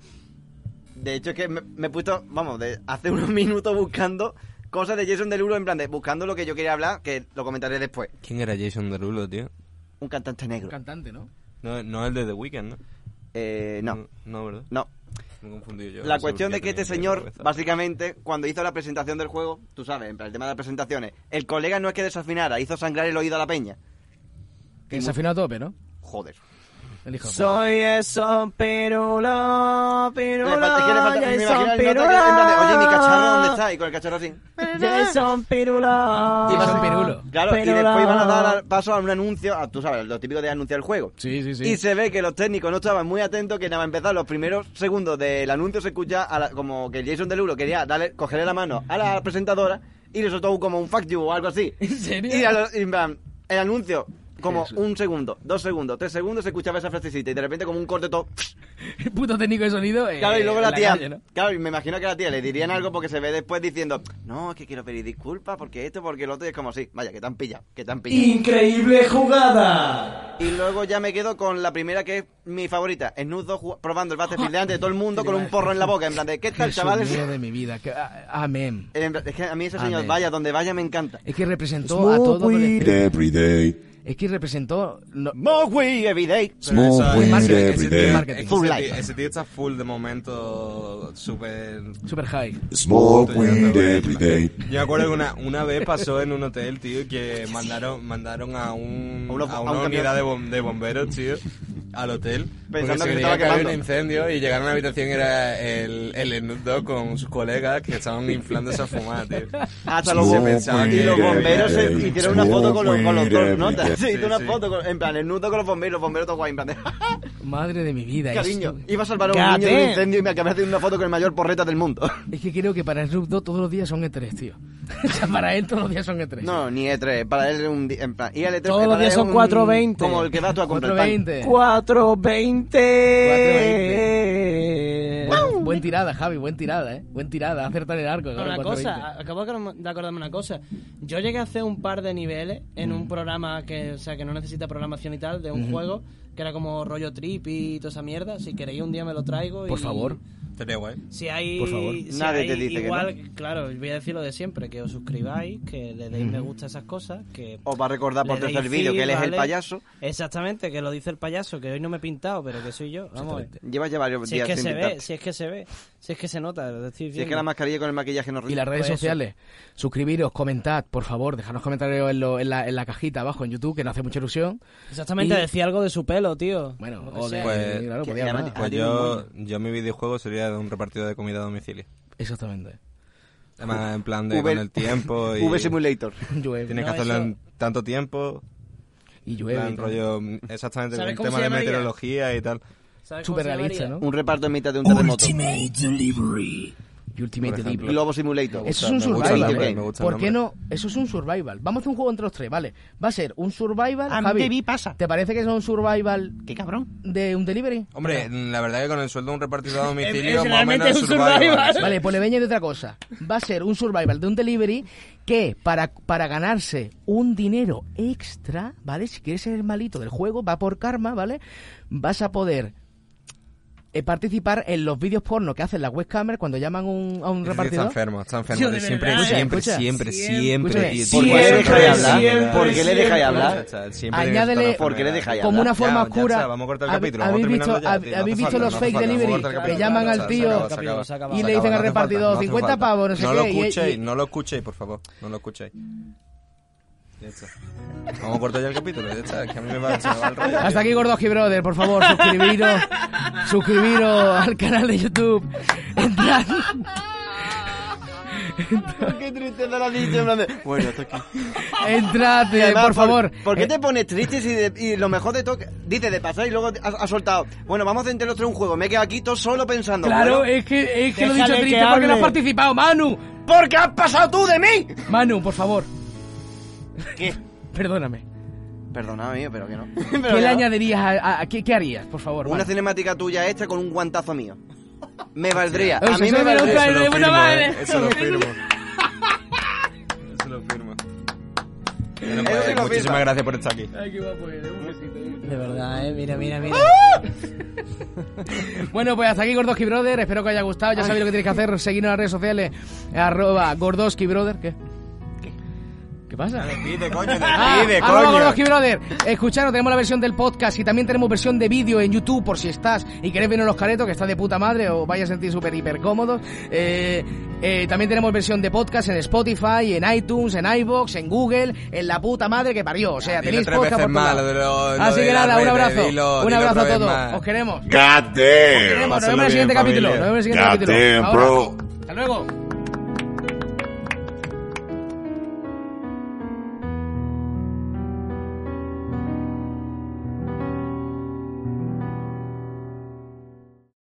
[SPEAKER 1] de hecho es que me, me he puesto, vamos, de hace unos minutos buscando cosas de Jason Derulo, en plan de buscando lo que yo quería hablar, que lo comentaré después.
[SPEAKER 3] ¿Quién era Jason Derulo, tío?
[SPEAKER 1] Un cantante negro.
[SPEAKER 2] Cantante, ¿no?
[SPEAKER 3] No, no el de The Weeknd, ¿no?
[SPEAKER 1] Eh, no,
[SPEAKER 3] Mm, No, ¿verdad?
[SPEAKER 1] no.
[SPEAKER 3] Me he confundido yo.
[SPEAKER 1] La
[SPEAKER 3] Eso
[SPEAKER 1] cuestión
[SPEAKER 3] ya
[SPEAKER 1] de que
[SPEAKER 3] tenía
[SPEAKER 1] este
[SPEAKER 3] en la
[SPEAKER 1] señor,
[SPEAKER 3] cabeza.
[SPEAKER 1] básicamente, cuando hizo la presentación del juego, tú sabes, en plan, el tema de las presentaciones, el colega no es que desafinara, hizo sangrar el oído a la peña.
[SPEAKER 2] Que se afinó a tope, ¿no?
[SPEAKER 1] Joder.
[SPEAKER 2] El hijo. de puta.
[SPEAKER 4] Soy eso, pirula,
[SPEAKER 1] Le falta, es que le
[SPEAKER 4] pirula,
[SPEAKER 1] falta- me imagino
[SPEAKER 4] Jason
[SPEAKER 1] el nota que- en plan de,
[SPEAKER 4] pirula.
[SPEAKER 1] Oye, ¿mi cacharro dónde está? Y con el cacharro así.
[SPEAKER 4] Jason pirula.
[SPEAKER 1] Y vas
[SPEAKER 2] Jason
[SPEAKER 1] a-
[SPEAKER 2] Pirulo.
[SPEAKER 1] Claro, y
[SPEAKER 4] Pirula.
[SPEAKER 1] después iban a dar al- paso a un anuncio, a- tú sabes, lo típico de anunciar el juego.
[SPEAKER 2] Sí, sí, sí.
[SPEAKER 1] Y se ve que los técnicos no estaban muy atentos, que nada más empezar los primeros segundos del anuncio se escucha a la- como que el Jason Derulo quería darle, cogerle la mano a la presentadora y le soltó como un fuck you o algo así.
[SPEAKER 2] ¿En serio?
[SPEAKER 1] Y, a lo- y en plan, el anuncio, como
[SPEAKER 2] Jesús.
[SPEAKER 1] un segundo, dos segundos, tres segundos, se escuchaba esa frasecita y de repente como un corte todo...
[SPEAKER 2] El puto técnico de sonido. eh,
[SPEAKER 1] Claro, y luego la,
[SPEAKER 2] en
[SPEAKER 1] tía.
[SPEAKER 2] calle, ¿no?
[SPEAKER 1] Claro, y me imagino que la tía le dirían algo porque se ve después diciendo, no, es que quiero pedir disculpas porque esto, porque lo otro, y es como así, vaya, que te han pillado, que te han pillado.
[SPEAKER 6] ¡Increíble jugada!
[SPEAKER 1] Y luego ya me quedo con la primera que es mi favorita, Snoop 2 probando el Battlefield delante de todo el mundo con un porro en la boca, en plan de, ¿qué tal,
[SPEAKER 2] Jesús
[SPEAKER 1] chavales?
[SPEAKER 2] mío de mi vida. que- a- amén.
[SPEAKER 1] En plan, Es que a mí ese señor,
[SPEAKER 2] Amén. Eh.
[SPEAKER 1] vaya, donde vaya me encanta.
[SPEAKER 2] Es que representó a todo. adolescente.
[SPEAKER 8] every day.
[SPEAKER 2] Es que representó. lo-
[SPEAKER 1] More weed every day.
[SPEAKER 8] Smoke
[SPEAKER 3] Pero
[SPEAKER 8] weed
[SPEAKER 3] esa- ese-
[SPEAKER 8] every
[SPEAKER 3] ese
[SPEAKER 8] day.
[SPEAKER 3] tío-
[SPEAKER 2] Marketing.
[SPEAKER 3] ese
[SPEAKER 1] Full
[SPEAKER 3] tío-
[SPEAKER 1] life.
[SPEAKER 3] Ese tío está full de momento súper...
[SPEAKER 2] Super high.
[SPEAKER 8] Smoke weed every day.
[SPEAKER 3] Yo me acuerdo que una, una vez pasó en un hotel, tío, que mandaron, mandaron a, un,
[SPEAKER 1] A una-
[SPEAKER 3] a
[SPEAKER 1] a un
[SPEAKER 3] una
[SPEAKER 1] camión.
[SPEAKER 3] unidad de, bom- de bomberos, tío, al hotel.
[SPEAKER 1] Pensando
[SPEAKER 3] porque
[SPEAKER 1] que
[SPEAKER 3] se
[SPEAKER 1] estaba
[SPEAKER 3] creía había
[SPEAKER 1] quemando.
[SPEAKER 3] un incendio y llegaron a la habitación y era el, el Snoop Dogg con sus colegas que estaban inflando esa fumada, tío.
[SPEAKER 1] Hasta
[SPEAKER 8] Smoke
[SPEAKER 1] los,
[SPEAKER 8] weed
[SPEAKER 2] pues
[SPEAKER 1] bomberos- y los
[SPEAKER 8] every
[SPEAKER 1] bomberos se
[SPEAKER 8] day.
[SPEAKER 1] hicieron una foto con los, con los
[SPEAKER 8] Smoke weed
[SPEAKER 1] notas.
[SPEAKER 8] every
[SPEAKER 1] Se
[SPEAKER 8] day.
[SPEAKER 1] hizo
[SPEAKER 3] Sí,
[SPEAKER 1] una
[SPEAKER 3] sí.
[SPEAKER 1] foto con- en plan, el nudo con los bomberos, los bomberos todos guay, en plan de,
[SPEAKER 2] Madre de mi vida.
[SPEAKER 1] Cariño,
[SPEAKER 2] esto-
[SPEAKER 1] iba a salvar a un niño de un
[SPEAKER 4] Gaten.
[SPEAKER 1] incendio y me acabé haciendo una foto con el mayor porreta del mundo.
[SPEAKER 2] Es que creo que para Snoop Dogg todos los días son E3, tío. o sea, para él todos los días son E E3.
[SPEAKER 1] No, ni E3, para él es un di- en plan, ir al E3
[SPEAKER 4] Todos
[SPEAKER 1] para
[SPEAKER 4] los días
[SPEAKER 1] él es
[SPEAKER 4] son
[SPEAKER 1] un-
[SPEAKER 4] 4.20.
[SPEAKER 1] Como el que va tú a comprar el pan.
[SPEAKER 2] 420.
[SPEAKER 4] 420.
[SPEAKER 2] Buen, buen tirada, Javi, buen tirada, eh. Buen tirada, acertar el arco.
[SPEAKER 4] Una
[SPEAKER 2] cabrón,
[SPEAKER 4] cosa,
[SPEAKER 2] 420.
[SPEAKER 4] a- acabo de acor- de acordarme una cosa. Yo llegué a hacer un par de niveles en
[SPEAKER 1] Mm.
[SPEAKER 4] un programa que, o sea, que no necesita programación y tal, de un juego que era como rollo trip y toda esa mierda. Si queréis un día me lo traigo.
[SPEAKER 2] Por
[SPEAKER 4] y-
[SPEAKER 2] favor.
[SPEAKER 3] Estaría guay.
[SPEAKER 4] Si hay,
[SPEAKER 2] Por favor.
[SPEAKER 4] si
[SPEAKER 1] Nadie
[SPEAKER 4] hay
[SPEAKER 1] te dice que
[SPEAKER 4] igual, claro, voy a decir lo de siempre, que os suscribáis, que le deis me gusta a esas cosas, que
[SPEAKER 1] Os va a recordar por
[SPEAKER 4] le deis
[SPEAKER 1] tercer vídeo que
[SPEAKER 4] feed,
[SPEAKER 1] él es el
[SPEAKER 4] ¿vale?
[SPEAKER 1] payaso.
[SPEAKER 4] Exactamente, que lo dice el payaso, que hoy no me he pintado, pero que soy yo. Vamos a ver.
[SPEAKER 1] Llevas ya varios
[SPEAKER 4] Si
[SPEAKER 1] días
[SPEAKER 4] es que
[SPEAKER 1] sin
[SPEAKER 4] se ve,
[SPEAKER 1] pintarte.
[SPEAKER 4] si es que se ve, si es que se nota, lo estoy
[SPEAKER 1] Si es que
[SPEAKER 4] viendo.
[SPEAKER 1] la mascarilla con el maquillaje no
[SPEAKER 2] Y las redes
[SPEAKER 4] Pues eso.
[SPEAKER 2] sociales, suscribiros, comentad, por favor, dejadnos comentarios en, lo- en la, en la cajita abajo en YouTube, que no hace mucha ilusión.
[SPEAKER 4] Exactamente,
[SPEAKER 2] Y-
[SPEAKER 4] decía algo de su pelo, tío.
[SPEAKER 2] Bueno,
[SPEAKER 4] Lo que
[SPEAKER 2] o de,
[SPEAKER 4] sea.
[SPEAKER 3] Pues-
[SPEAKER 2] claro,
[SPEAKER 1] que
[SPEAKER 2] podía
[SPEAKER 1] llaman-
[SPEAKER 2] hablar.
[SPEAKER 1] Ah,
[SPEAKER 3] Pues
[SPEAKER 1] tiene un
[SPEAKER 3] yo, yo mi videojuego sería de un repartido de comida a domicilio.
[SPEAKER 2] Exactamente.
[SPEAKER 3] Además, en plan de
[SPEAKER 1] V-
[SPEAKER 3] con el tiempo y...
[SPEAKER 1] V Simulator.
[SPEAKER 2] Llueve.
[SPEAKER 3] Tienes
[SPEAKER 4] No,
[SPEAKER 3] que hacerlo
[SPEAKER 4] eso-
[SPEAKER 3] en tanto tiempo,
[SPEAKER 2] Y llueve.
[SPEAKER 3] en
[SPEAKER 2] y tal.
[SPEAKER 3] rollo mm, exactamente con
[SPEAKER 4] ¿Sabes
[SPEAKER 3] el
[SPEAKER 4] cómo
[SPEAKER 3] tema
[SPEAKER 4] se
[SPEAKER 3] de
[SPEAKER 4] llamaría?
[SPEAKER 3] meteorología y tal.
[SPEAKER 4] ¿Sabes cómo
[SPEAKER 2] Súper
[SPEAKER 4] se
[SPEAKER 2] realista,
[SPEAKER 4] llamaría?
[SPEAKER 2] ¿no?
[SPEAKER 1] Un reparto en mitad de un terremoto.
[SPEAKER 2] Y Ultimate
[SPEAKER 3] Por ejemplo.
[SPEAKER 2] Delivery.
[SPEAKER 1] Globo Simulator.
[SPEAKER 2] Eso es un
[SPEAKER 3] Me gusta
[SPEAKER 2] survival.
[SPEAKER 3] el
[SPEAKER 1] survival,
[SPEAKER 3] nombre,
[SPEAKER 1] ¿eh?
[SPEAKER 3] me gusta el
[SPEAKER 2] ¿Por qué
[SPEAKER 3] nombre.
[SPEAKER 2] no? Eso es un survival. Vamos a hacer un juego entre los tres, ¿vale? Va a ser un survival.
[SPEAKER 5] A mí
[SPEAKER 2] Javi,
[SPEAKER 5] te vi, pasa.
[SPEAKER 2] ¿Te parece que es un survival
[SPEAKER 5] Qué cabrón.
[SPEAKER 2] de un delivery?
[SPEAKER 3] Hombre, la verdad que con el sueldo de un repartidor a
[SPEAKER 4] Es-
[SPEAKER 3] domicilio,
[SPEAKER 4] es
[SPEAKER 3] más o menos
[SPEAKER 4] realmente un survival.
[SPEAKER 3] survival.
[SPEAKER 2] Vale, pues le voy a añadir otra cosa. Va a ser un survival de un delivery que para, para ganarse un dinero extra, ¿vale? Si quieres ser el malito del juego, va por karma, ¿vale? Vas a poder eh, participar en los vídeos porno que hacen las webcamers cuando llaman un- a un
[SPEAKER 3] Este tío Está
[SPEAKER 2] repartidor.
[SPEAKER 3] enfermo, está
[SPEAKER 4] Tío,
[SPEAKER 3] enfermo.
[SPEAKER 4] de
[SPEAKER 3] siempre,
[SPEAKER 4] verdad,
[SPEAKER 3] siempre,
[SPEAKER 2] escucha.
[SPEAKER 3] siempre,
[SPEAKER 4] Siempre,
[SPEAKER 3] siempre,
[SPEAKER 2] escúchame.
[SPEAKER 3] tío.
[SPEAKER 1] ¿Por qué le dejáis hablar?
[SPEAKER 6] siempre,
[SPEAKER 1] ¿Por qué le dejáis hablar?
[SPEAKER 3] Siempre tiene que
[SPEAKER 2] Añádele-
[SPEAKER 3] estar-
[SPEAKER 1] ¿Por qué le dejáis
[SPEAKER 2] Como
[SPEAKER 1] hablar?
[SPEAKER 2] una forma
[SPEAKER 3] Ya, ya
[SPEAKER 2] oscura.
[SPEAKER 3] está, vamos a cortar el
[SPEAKER 2] ¿Hab-
[SPEAKER 3] capítulo, vamos
[SPEAKER 2] ¿Habéis visto,
[SPEAKER 3] terminando ya,
[SPEAKER 2] hab-
[SPEAKER 3] tío,
[SPEAKER 2] ¿habéis
[SPEAKER 3] no hace
[SPEAKER 2] visto
[SPEAKER 3] falta,
[SPEAKER 2] los
[SPEAKER 3] no hace
[SPEAKER 2] fake
[SPEAKER 3] falta,
[SPEAKER 2] delivery?
[SPEAKER 3] vamos a cortar el
[SPEAKER 2] Que
[SPEAKER 3] capítulo,
[SPEAKER 2] llaman
[SPEAKER 3] ya,
[SPEAKER 2] al
[SPEAKER 3] se
[SPEAKER 2] tío
[SPEAKER 3] acaba, se acaba, se acaba,
[SPEAKER 4] y
[SPEAKER 3] se
[SPEAKER 2] le dicen
[SPEAKER 3] acaba,
[SPEAKER 2] al
[SPEAKER 3] no hace falta,
[SPEAKER 2] repartidor,
[SPEAKER 3] no hace
[SPEAKER 2] 50
[SPEAKER 3] falta.
[SPEAKER 2] pavos, no sé
[SPEAKER 3] No lo
[SPEAKER 2] qué, y-
[SPEAKER 3] escuchéis,
[SPEAKER 2] y-
[SPEAKER 3] no lo escuchéis, por favor, no lo escuchéis. Ya está. Vamos a cortar ya el capítulo, ya está, que a mí me va, se me va el rollo.
[SPEAKER 2] Hasta aquí Gordoski Brother, por favor, suscribiros, suscribiros al canal de YouTube. Entrad.
[SPEAKER 1] Qué tristeza la dicho, en plan de, Bueno, esto aquí.
[SPEAKER 2] Entrad, eh,
[SPEAKER 1] Y además,
[SPEAKER 2] por favor.
[SPEAKER 1] ¿Por qué
[SPEAKER 2] Eh,
[SPEAKER 1] te pones triste si de- y lo mejor de todo que- dice de pasar y luego ha, ha soltado? Bueno, vamos a entre los tres un juego. Me he quedado aquí todo solo pensando.
[SPEAKER 2] Claro, eh.
[SPEAKER 1] bueno,
[SPEAKER 2] es que, es que lo he dicho
[SPEAKER 4] Déjale
[SPEAKER 2] triste
[SPEAKER 4] que
[SPEAKER 2] porque no has
[SPEAKER 4] hable.
[SPEAKER 2] participado. Manu,
[SPEAKER 1] ¿por qué has pasado tú de mí?
[SPEAKER 2] Manu, por favor,
[SPEAKER 1] ¿Qué?
[SPEAKER 2] perdóname.
[SPEAKER 1] Perdona, mío, pero que no.
[SPEAKER 2] ¿Qué le añadirías a, a- a- qué, qué harías, por favor?
[SPEAKER 1] Una
[SPEAKER 2] Manu?
[SPEAKER 1] cinemática tuya hecha con un guantazo mío. Me valdría.
[SPEAKER 2] Eso
[SPEAKER 1] A mí
[SPEAKER 2] se
[SPEAKER 1] me
[SPEAKER 2] me lo
[SPEAKER 1] valdría.
[SPEAKER 2] trae. de
[SPEAKER 3] Eso lo
[SPEAKER 2] buena
[SPEAKER 3] firmo,
[SPEAKER 2] madre.
[SPEAKER 3] eh, Eso lo firmo. Eso lo firmo. Bueno, pues,
[SPEAKER 1] Eso sí lo
[SPEAKER 3] muchísimas
[SPEAKER 1] firma.
[SPEAKER 3] gracias por estar aquí.
[SPEAKER 4] De verdad, eh, mira, mira, mira.
[SPEAKER 2] ¡Ah! Bueno, pues hasta aquí Gordoski Brother. Espero que os haya gustado. Ya sabéis lo que tenéis que hacer. Seguirnos en las redes sociales. Arroba Gordoski Brother. ¿Qué? ¿Qué pasa?
[SPEAKER 3] Despide, coño,
[SPEAKER 2] Ah,
[SPEAKER 3] despide,
[SPEAKER 2] arroba
[SPEAKER 3] coño.
[SPEAKER 2] Gordoski Brother. Escucharos, tenemos la versión del podcast y también tenemos versión de vídeo en YouTube por si estás y querés vernos los caretos, que está de puta madre, o vais a sentir súper hiper cómodos. Eh, eh, también tenemos versión de podcast en Spotify, en iTunes, en iVoox, en Google, en la puta madre que parió. O sea,
[SPEAKER 3] Dilo
[SPEAKER 2] tenéis
[SPEAKER 3] tres
[SPEAKER 2] podcast
[SPEAKER 3] veces
[SPEAKER 2] por
[SPEAKER 3] más,
[SPEAKER 2] todos
[SPEAKER 3] lo de
[SPEAKER 2] lados.
[SPEAKER 3] lo- lo
[SPEAKER 2] Así
[SPEAKER 3] de
[SPEAKER 2] que
[SPEAKER 3] las
[SPEAKER 2] nada, un
[SPEAKER 3] redes,
[SPEAKER 2] abrazo.
[SPEAKER 3] dilo-
[SPEAKER 2] un
[SPEAKER 3] dilo
[SPEAKER 2] abrazo
[SPEAKER 3] otra
[SPEAKER 2] a
[SPEAKER 3] vez
[SPEAKER 2] todos.
[SPEAKER 3] más.
[SPEAKER 2] Os queremos.
[SPEAKER 8] God
[SPEAKER 2] Nos vemos,
[SPEAKER 8] damn.
[SPEAKER 2] nos vemos en
[SPEAKER 3] Pásalo
[SPEAKER 2] el siguiente
[SPEAKER 3] bien,
[SPEAKER 2] capítulo.
[SPEAKER 3] familia.
[SPEAKER 2] Nos vemos en el siguiente
[SPEAKER 8] God
[SPEAKER 2] capítulo.
[SPEAKER 8] damn,
[SPEAKER 2] Ahora.
[SPEAKER 8] bro.
[SPEAKER 2] Hasta luego.